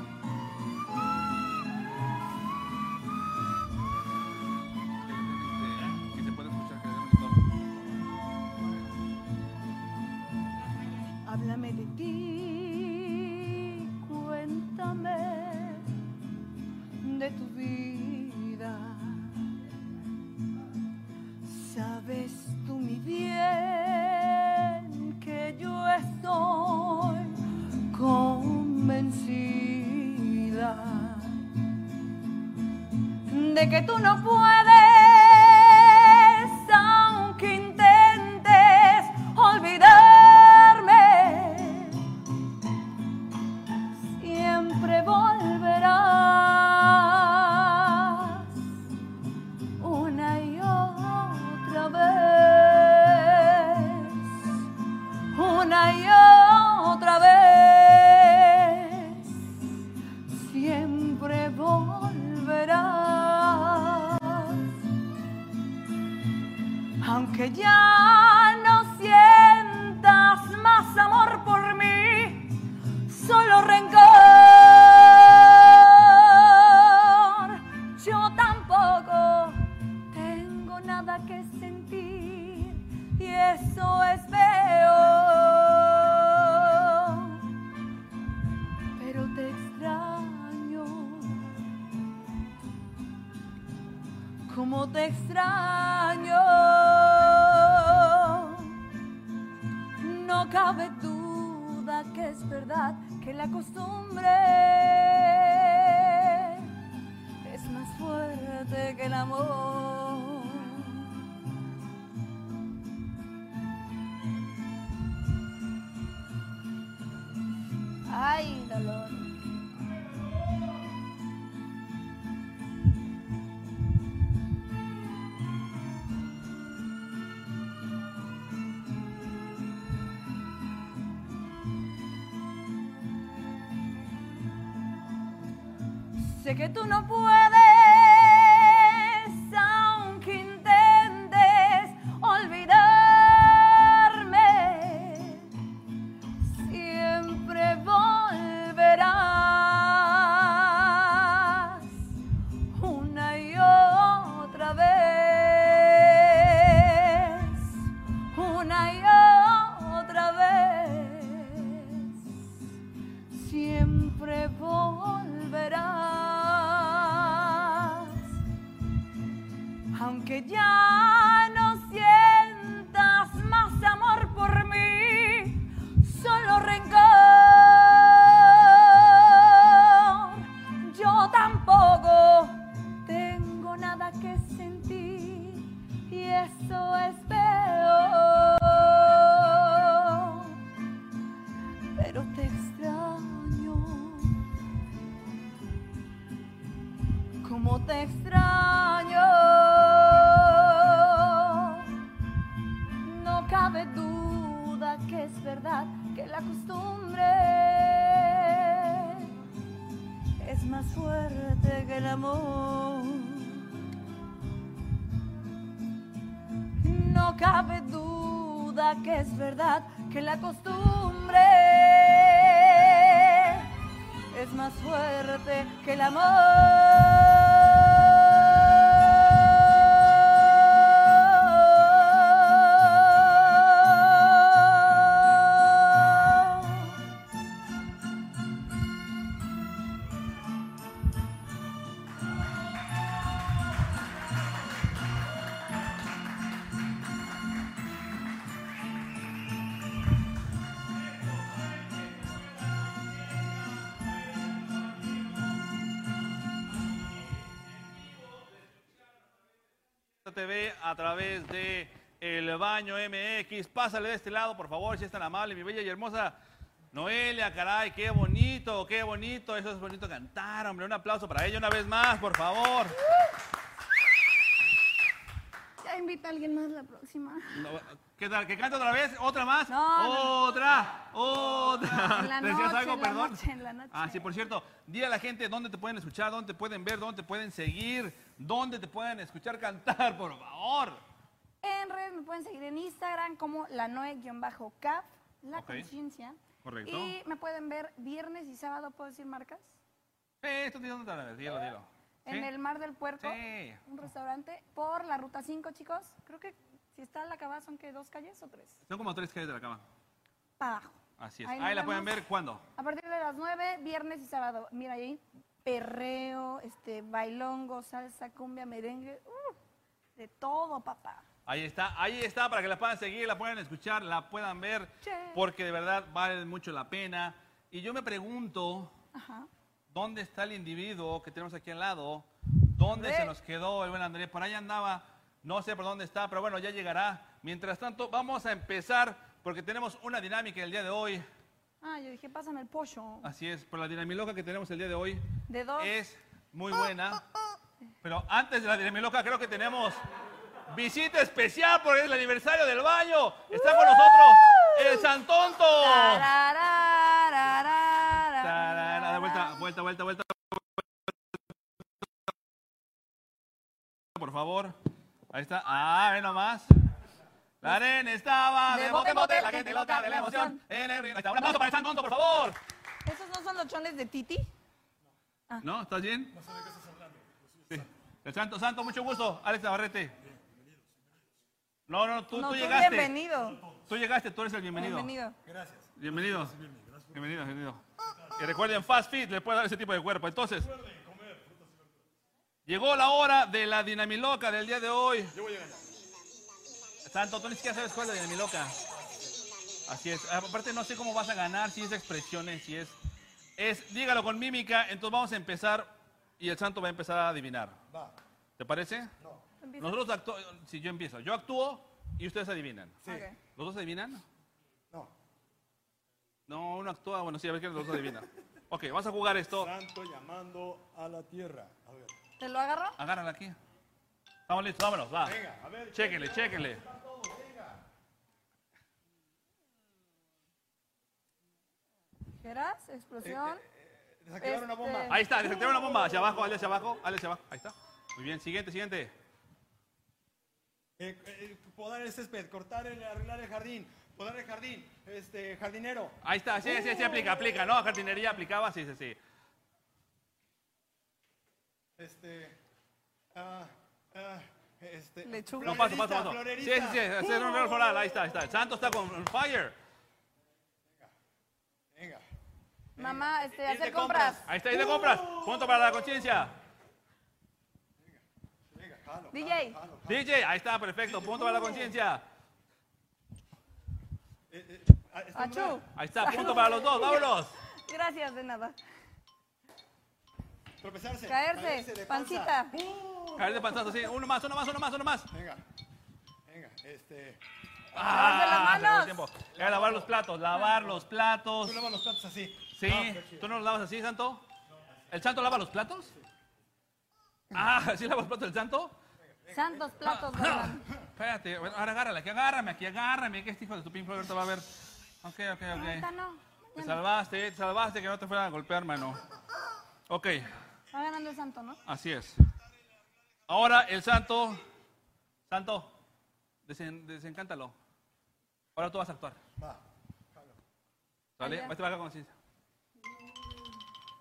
Háblame de ti, cuéntame de tu vida. Sabes tú mi bien que yo estoy convencida de que tú no puedes, aunque intentes olvidarme, siempre volverás una y otra vez, una y otra vez siempre volverás. Aunque ya no sientas más amor por mí, solo rencor. Yo tampoco tengo nada que sentir y eso es peor pero te extraño. Como te extraño, no cabe duda que es verdad que la costumbre es más fuerte que el amor. Ay, dolor. Sé que tú no puedes, aunque intentes olvidarme siempre volverás una y otra vez, una y otra vez, siempre volverás.
Aunque ya no sientas más amor por mí, solo rencor. Yo tampoco tengo nada que sentir y eso es peor. Pero te extraño. Como te extraño. No cabe duda que es verdad que la costumbre es más fuerte que el amor. No cabe duda que es verdad que la costumbre es más fuerte que el amor.
TV a través de El Baño MX. Pásale de este lado, por favor, si es tan amable, mi bella y hermosa Noelia, caray, qué bonito, qué bonito. Eso es bonito cantar, hombre. Un aplauso para ella una vez más, por favor.
Ya invita a alguien más la próxima.
No, ¿Qué tal? ¿Que cante otra vez? ¿Otra más?
No, no.
¡Otra! ¡Otra!
<laughs> En la
¿Decías
noche,
algo?
en la
Perdón.
noche, en la noche.
Ah, sí, por cierto, di a la gente dónde te pueden escuchar, dónde te pueden ver, dónde te pueden seguir, dónde te pueden escuchar cantar, <laughs> por favor.
En redes me pueden seguir en Instagram como la Noe-Cap, la
Ok.
conciencia.
Correcto.
Y me pueden ver viernes y sábado, ¿puedo decir marcas?
Eh, esto tiene dónde estar, dilo, dilo.
En
¿Sí?
el Mar del Puerto,
Sí.
un restaurante, por la Ruta 5, chicos. Creo que si está la cava son que dos calles o tres.
Son como tres calles de la cama.
Para abajo.
Así es.
Ahí
Ahí,
nos
la pueden
vemos.
ver cuándo.
A partir de las 9, viernes y sábado. Mira ahí, perreo, este, bailongo, salsa, cumbia, merengue. ¡uh! de todo, papá.
Ahí está, ahí está, para que la puedan seguir, la puedan escuchar, la puedan ver,
Che.
porque de verdad vale mucho la pena. Y yo me pregunto,
Ajá.
¿dónde está el individuo que tenemos aquí al lado? ¿Dónde se
André.
nos quedó el buen Andrés? Por ahí andaba, no sé por dónde está, pero bueno, ya llegará. Mientras tanto, vamos a empezar, porque tenemos una dinámica el día de hoy.
Ah, yo dije, pásame el pollo.
Así es, por la dinamiloca que tenemos el día de hoy.
De dos.
Es muy buena. Pero antes de la dinamiloca creo que tenemos visita especial porque es el aniversario del baño. Está con nosotros el Santonto.
Tararararara.
Tarara, da Vuelta, vuelta, vuelta, vuelta. Por favor. Ahí está. Ah, ve nomás. La arena estaba de, bote en bote, la gente loca de la emoción. En el río. Ahí está. Un aplauso para el Santonto, por favor.
¿Esos no son los chones de Titi?
¿No? ¿Estás bien? No sabe qué estás hablando. Sí. El Santo, Santo, mucho gusto. Alex Navarrete. No, no, tú,
no,
tú
tú
llegaste.
bienvenido.
Tú llegaste, tú eres el bienvenido.
Bienvenido.
Bienvenido. Bienvenido, bienvenido. Y recuerden, fast food le puede dar ese tipo de cuerpo. Entonces, llegó la hora de la dinamiloca del día de hoy. Santo, tú ni siquiera sabes cuál es la dinamiloca. Así es. Aparte, no sé cómo vas a ganar, si es expresiones, si es... Es, dígalo con mímica, entonces vamos a empezar y el santo va a empezar a adivinar. ¿Te parece?
Empieza.
Nosotros actuamos, si yo empiezo, yo actúo y ustedes adivinan.
Ok.
¿Los dos adivinan? No. No, uno actúa. Bueno, sí, a ver quién de los dos adivina. ok, vamos a jugar esto.
Santo llamando a la tierra. A ver,
¿Te lo agarro?
Agárrala aquí. Estamos listos, vámonos, va.
venga, a ver.
Chéquenle, chéquenle.
¿Verás?
Eh,
Explosión.
Desactivar una bomba.
Este,
Ahí está, desactiva una bomba. Hacia abajo, dale hacia abajo, dale hacia abajo. Ahí está. Muy bien, siguiente, siguiente.
Eh, eh, podar el césped, cortar el, arreglar el jardín, podar el jardín, este, jardinero.
Ahí está, sí, sí, sí, aplica, aplica, ¿no? Jardinería aplicaba, sí, sí, sí.
Este. ah, ah, este.
Lechuga.
No, paso, paso, paso. Sí, sí,
Florerista,
sí,
florerista.
hacer un rol floral, ahí está, ahí está. El santo está con fire.
Venga.
Mamá, este,
Ir de
hacer compras.
Uh.
Ahí está, ahí de compras. Punto para la conciencia.
Venga, jalo.
DJ,
DJ, ahí está, perfecto. Punto para la conciencia.
achú.
Ahí está, punto para los dos. Vámonos.
Gracias, de nada.
Tropezarse.
Caerse,
de panza.
pancita.
Caer de panzazo, sí. Uno más, uno más, uno más, uno más.
Venga. Venga, este.
Ah,
Lavarse
se acabó Ah,
las
el
manos.
tiempo. Era lavar los platos, lavar los platos.
Tú lavas los platos así.
Sí, ¿tú no los lavas así, Santo? ¿El Santo lava los platos? Ah, <laughs> ¿sí lava los platos el Santo?
Santos platos,
Ah,
¿verdad?
Espérate, bueno, ahora agárrala, aquí agárrame, aquí agárrame, que este hijo de tu pinche ahorita va a ver. Ok, ok,
Ahorita
ok.
no.
Te
ya no.
salvaste, te salvaste que no te fueran a golpear, mano. Ok,
Va ganando el santo, ¿no?
así es. Ahora el santo, santo, desen- desencántalo. Ahora tú vas a actuar.
Va.
¿Vale?
Allá.
Vete para acá con ciencia.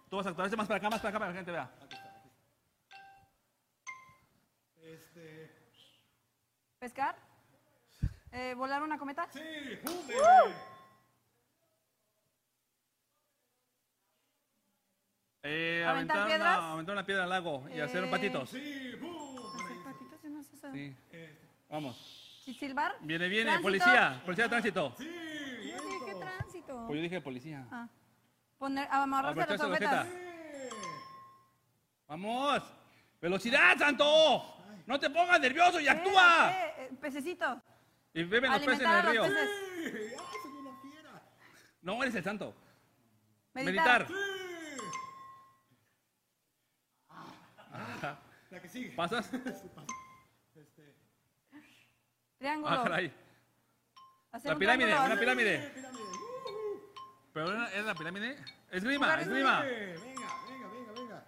Tú vas a actuar, este más para acá, más para acá para que la gente vea.
Este.
¿Pescar? Eh, ¿Volar una cometa?
Sí, jude.
Eh,
¿Aventar
aventar,
piedras?
una, aventar una piedra al lago y hacer
Eh.
patitos.
Sí, jude.
¿Hacer patitos? Yo no sé eso.
Sí. Vamos.
¿Y silbar?
Viene, viene,
¿Tránsito?
policía, policía de tránsito.
Yo dije tránsito.
Pues yo dije policía.
Ah. Poner, ah, amarrarse a las Eh,
Apretarse la
ojetas.
Vamos. Velocidad, santo. No te pongas nervioso y actúa.
Eh, eh, pececito.
Y beben los peces en el
Alimentar a
río.
los peces.
No eres el santo.
Meditar.
Meditar.
La que sigue.
¿Pasas? Ah,
Triángulo.
caray.
Hacer
La
un
pirámide,
triángulo.
una pirámide. ¿Pero era- era la pirámide? Esgrima,
Jugar
esgrima.
Venga, venga, venga, venga.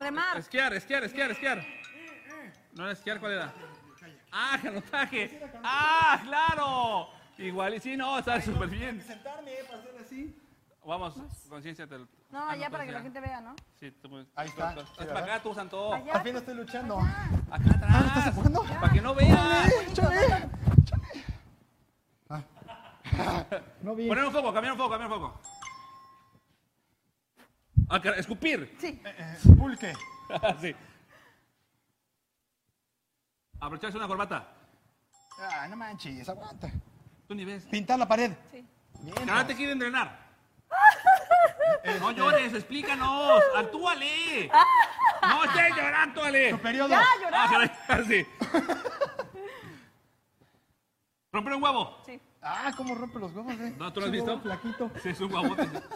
Remar.
Esquiar, esquiar, esquiar,
Eh,
esquiar. No era esquiar, ¿cuál era? Ah, canotaje. Ah, claro. Igual y sí, no, está súper bien.
Sentarme eh, para hacer así.
Vamos, conciencia. te-
No,
ah,
allá para que la
conciencia.
gente vea, ¿no?
Sí, tú puedes.
Ahí está,
Haz
sí,
para
¿verdad?
acá, tú, Santo.
Allá.
Al fin estoy luchando.
Acá atrás.
¿estás empujando?
Para que no veas.
No vi.
Poner Ah. un foco, cambiar un foco, cambiar un foco. Ah, caray, escupir. <laughs>
Sí.
Eh, Pulque.
sí. Abrocharse una corbata.
Ah, no manches, aguanta.
Tú ni ves.
Pintar la pared.
Sí.
Bien.
Ahora te quiere
<laughs>
entrenar. No llores, explícanos. Actúale.
Ah.
No estés llorando,
Tu
actúale.
periodo.
Ah, caray, así. Romper un huevo.
Sí.
Ah, cómo rompe los huevos, eh.
No, ¿tú lo has
Ese
visto?
huevo flaquito.
Sí, es un guabote.
Ay,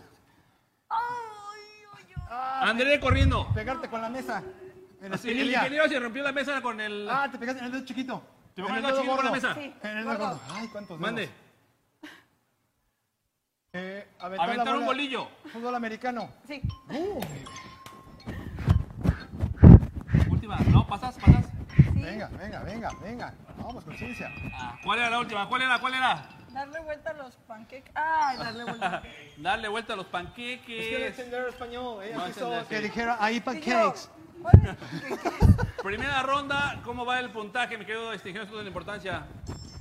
ay, ay.
Ah,
André corriendo.
Pegarte con la mesa. En la
Así, Ah, el
espinilla.
ingeniero se rompió la mesa con el.
Ah, te pegaste en el dedo chiquito.
¿Te
En
fue
el
la
dedo
chiquita con la
gordo.
mesa?
Sí.
En el dedo
Gordo.
gordo. Ay, cuántos dedos.
Mande.
Eh, aventar, la
Aventar un
bola.
bolillo.
Fútbol americano.
Sí.
Última. No, pasas, pasas.
Sí.
Venga, venga, venga, venga. Vamos, conciencia.
Ah, ¿Cuál era la última? ¿Cuál era? ¿Cuál era?
Darle vuelta a los pancakes. Ay, darle vuelta.
<laughs>
Darle vuelta a los
Pues,
panqueques.
entender español.
eh?
No así entender, hizo sí.
que dijera ahí
Y yo,
pancakes.
¿cuál es?
Primera ronda, ¿cómo va el puntaje? Me quedo este, ingeniero, esto es de la importancia.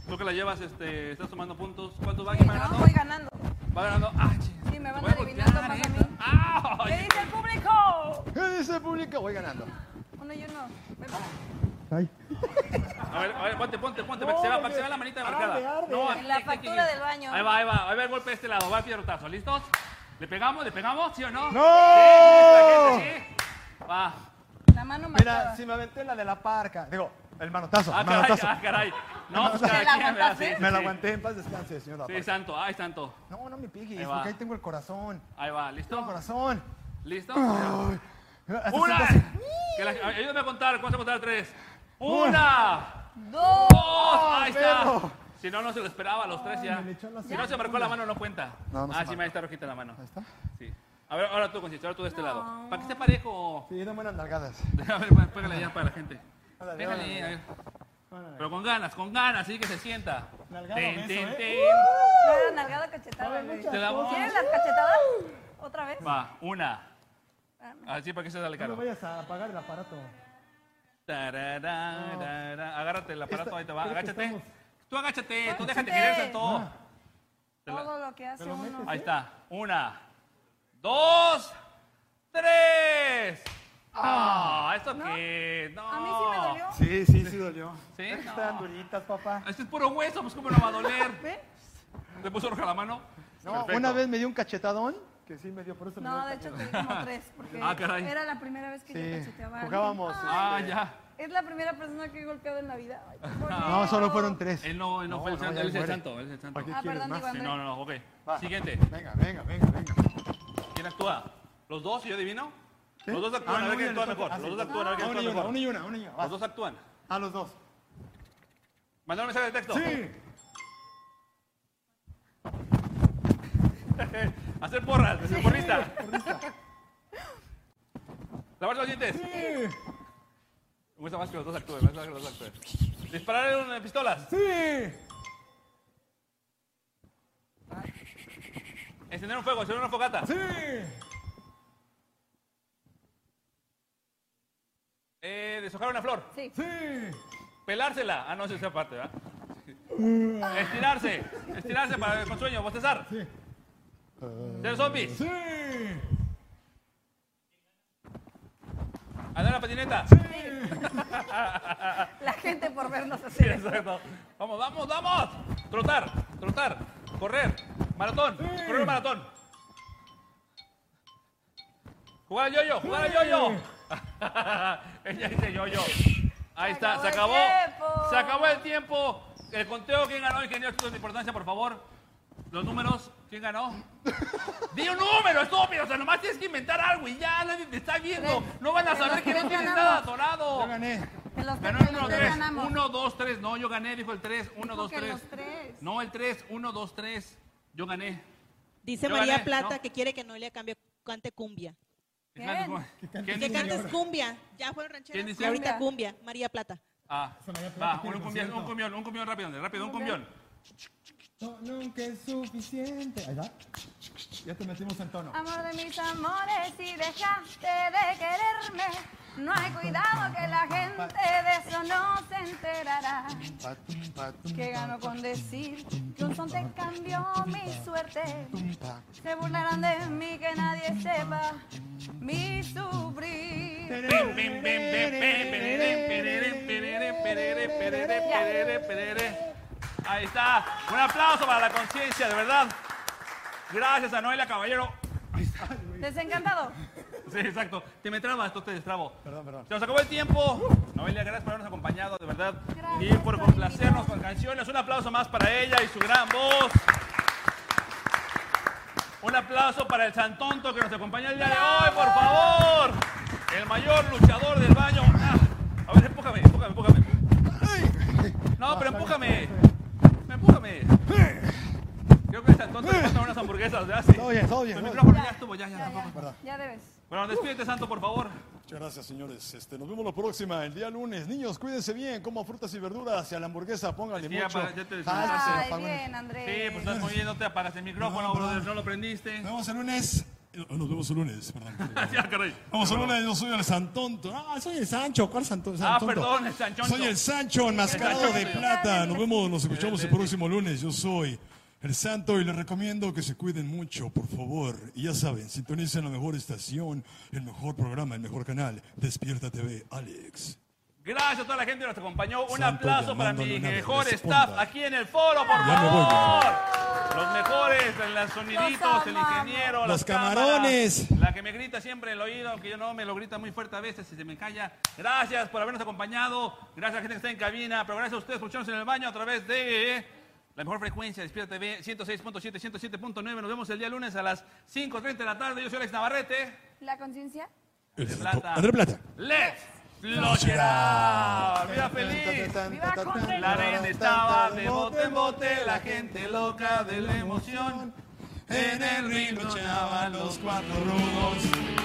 Tú que la llevas, este, estás tomando puntos. ¿Cuántos va? ¿Quién va
No,
ganando?
voy ganando.
Va ganando. Ah, chis.
Sí, me van
Voy a
adivinando
voltear,
más a
¿eh?
mí.
¡Ah!
¿Qué dice el público?
¿Qué dice el público? Voy ganando.
Uno y uno. Ven.
Ay.
A ver, a ver, ponte, ponte, ponte, para que se vea, para que se vea la manita marcada. No, aquí,
En la
aquí, aquí,
factura
aquí.
del baño.
Ahí va, ahí va, ahí va el golpe de este lado, va el pierrotazo, ¿listos? ¿Le pegamos, le pegamos, sí o no?
¡No!
Sí, sí, sí, sí. Va.
La mano
Mira,
marcada.
si me aventé la de la parca. Digo, el manotazo,
Ah,
el
caray,
manotazo.
ah, caray.
<laughs>
No,
¿Te
pues cada
la
quien, ¿verdad?
aguantaste?
Sí,
Me la
sí.
aguanté en paz descanse, señora.
Sí, santo, ay, santo.
No, no me
Ahí
piques,
va.
porque ahí tengo el corazón.
Ahí va, ¿listo?
Corazón.
¿Listo?
Ay. Así
¡Una!
siento así.
Que la- ay, ayúdame a contar, ¿cuánto a contar? Tres. ¡Una!
Dos.
¡Dos! ¡Oh! Ahí está.
perro.
Si no, no se lo esperaba, los tres ya.
me le echó la
Si no se marcó la mano, no cuenta.
No, no se
Ah, sí,
marca.
me está rojita la mano.
Ahí está.
Sí. A ver, ahora tú, Conciencia, ahora tú de este lado. Para que esté parejo. <laughs>
Sí, dame unas nalgadas.
A ver, pá- pégale ya para la gente.
Ándale,
Pégale,
ándale.
a ver. Pero con ganas, con ganas, así que se sienta.
Nalgado, beso, ¿eh?
Claro, nalgada cachetada. güey.
Te damos.
¿Quieres las cachetadas? ¿Otra vez?
Va, una. Así para que se dale
Uh. No
caro.
vayas a apagar el aparato.
Tarara, tarara. Agárrate el aparato,
Esta-
ahí te va.
creo que
Agáchate.
estamos- Ah.
Tú agáchate, tú
Agáchate.
déjate querer, Santo. Te la-
Todo lo que hace uno.
Ahí está. Una, dos, tres. Ah, ¿esto qué? No,
A mí sí me
Sí, sí, sí dolió.
Sí,
Es que
no.
Estaban duritas, papá.
Este es puro hueso, pues cómo no va a doler. Le puso roja la mano.
No,
Perfecto.
una vez me dio un cachetadón, que sí me dio por eso. me
No,
dio
de
el
hecho te di como tres, porque
Ah, caray.
era la primera vez que yo
Sí,
cacheteaba. a alguien.
jugábamos.
Ay,
Ah, ya.
Es la primera persona que he golpeado en la vida. Ay, qué bonito.
cachetadón. No, solo fueron tres.
Él no, él no,
No,
fue el
no,
santo,
ya
él es el
muere.
santo, él es el santo.
¿Para qué
Ah,
quieres
perdón,
más?
digo,
Sí,
Andrés.
no, no, no, ok.
Va.
Siguiente.
Venga, venga, venga, venga.
¿Quién actúa? ¿Los dos y yo adivino? Los dos actúan,
Ah,
a
no,
ver quién
mira,
actúa
los
mejor.
otros-
Los
ah,
dos
sí.
actúan, a ver quién
Una y
actúa
una,
mejor.
una y una, una y una.
Los
Vas.
dos actúan.
A los dos.
Mandar un mensaje de texto.
Sí.
<laughs> Hacer porras, hacer porrista. Lavarse los dientes. Me gusta más que los dos actúen, me gusta más que los dos actúen. Disparar en eh, pistolas. Encender un fuego, encender una fogata. Eh, deshojar una flor.
Sí.
Pelársela. Ah, no, esa es esa parte, ¿verdad? <laughs> Estirarse. Estirarse para, con sueño. Bostezar. Sí. Ser zombies. Sí. Andar en la patineta. Sí.
La gente por vernos hacer eso.
Exacto. Vamos, vamos, vamos. Trotar, trotar. Correr. Maratón. Correr un maratón. Jugar al yoyo, jugar al yoyo. <laughs> Ella dice yoyo. Ahí
Se
está, se acabó.
acabó el tiempo.
Se acabó el tiempo. El conteo, ¿quién ganó? Ingeniero, esto es de importancia, por favor. Los números, ¿quién
<laughs>
ganó? Di un número, estúpido. O sea, nomás tienes que inventar algo y ya nadie te está viendo.
Tres.
No van a
Pero
saber que no
nosotros
tienes
ganamos.
nada atorado.
Yo gané.
Que los
Ganó
que
el número
los
3.
ganamos.
1, 2, 3. No, yo gané, dijo el 3. 1,
Dijo
2,
que
3.
los tres.
No, el 3. 1, 2, 3. Yo gané.
Dice
Yo
María
gané,
Plata
¿no?
que quiere que Noelia cambie, cante cumbia.
¿Quién?
Fíjate cómo- ¿Quién
Que
dice?
cantes cumbia. Ya fueron
¿Quién
rancheras.
dice?
Y ahorita cumbia, María Plata.
Ah, va, un cumbión, un cumbión, un cumbión rápido, Andrés, rápido, un cumbión.
No, nunca es suficiente. Ahí va. Ya te metimos en tono.
Amor de mis amores, si dejaste de quererme, no hay cuidado que la gente de eso no se enterará.
Patum, patum,
Que ganó con decir que un son te cambió mi suerte.
Ah,
pa.
Se burlarán de mí que nadie sepa mi sufrir.
Pim, pim, pim, pim, pim, perere, perere, perere, perere, perere, perere, perere. Ahí está. Un aplauso para la conciencia, de verdad. Gracias a Noelia Caballero.
Desencantado.
<laughs> Sí, exacto. Te me trabas, tú te destrabo.
Perdón, perdón.
Se nos acabó el tiempo. Noelia, gracias por habernos acompañado, de verdad.
Gracias
y por
por
complacernos
invitarnos.
con canciones. Un aplauso más para ella y su gran voz. Un aplauso para el Santonto que nos acompaña el día de hoy, por favor. El mayor luchador del baño. Ah, a ver, empújame, empújame, empújame. No, pero empújame. Empújame. Creo que el Santonto le faltan unas hamburguesas, ¿verdad? Sí.
Todo bien, todo bien,
El
todo bien.
micrófono ya estuvo, ya, ya,
Ya,
tampoco.
ya, ya debes.
Bueno, despídete, Santo, por favor.
Muchas gracias, señores. Este, nos vemos la próxima, el día lunes. Niños, cuídense bien, coman frutas y verduras y a la hamburguesa pónganle
Es que ya
mucho.
para- ya te
Ah,
Ah,
se
Ay,
apagó.
bien,
Sí,
Andrés.
pues estás muy bien, no te apagas el micrófono,
No, no.
brother, no lo prendiste. <laughs>
Nos vemos el lunes. Eh,
Oh,
Nos vemos el lunes, perdón.
Sí, ah, caray.
Vamos el lunes, yo soy el Santonto. Ah, soy el Sancho. ¿Cuál Santo,
Ah,
Santonto?
perdón, el Sanchoncho.
Soy el Sancho enmascarado
Sancho.
de plata. Nos vemos, nos escuchamos el próximo lunes. Yo soy el Santo y les recomiendo que se cuiden mucho, por favor. Y ya saben, sintonicen la mejor estación, el mejor programa, el mejor canal. Despierta TV, Alex.
Gracias a toda la gente que nos acompañó. Un
Santo
aplauso para mi
llamándole una
mejor
responda.
staff aquí en el foro, por
Ya me voy, ya me
favor. Los mejores, los soniditos, el ingeniero,
Los
las cámaras,
camarones.
la que me grita siempre en el oído, aunque yo no me lo grita muy fuerte a veces y se me calla. Gracias por habernos acompañado. Gracias a la gente que está en cabina. Pero gracias a ustedes por escucharnos en el baño a través de la mejor frecuencia, Despierta TV 106.7, 107.9. Nos vemos el día lunes a las 5.30 de la tarde. Yo soy Alex Navarrete.
La conciencia.
El
De
Santo.
plata.
André Plata.
¡Let's Flush it out! ¡Viva feliz! La arena estaba de bote en bote, la gente loca de la emoción. En el ring luchaban los cuatro rudos.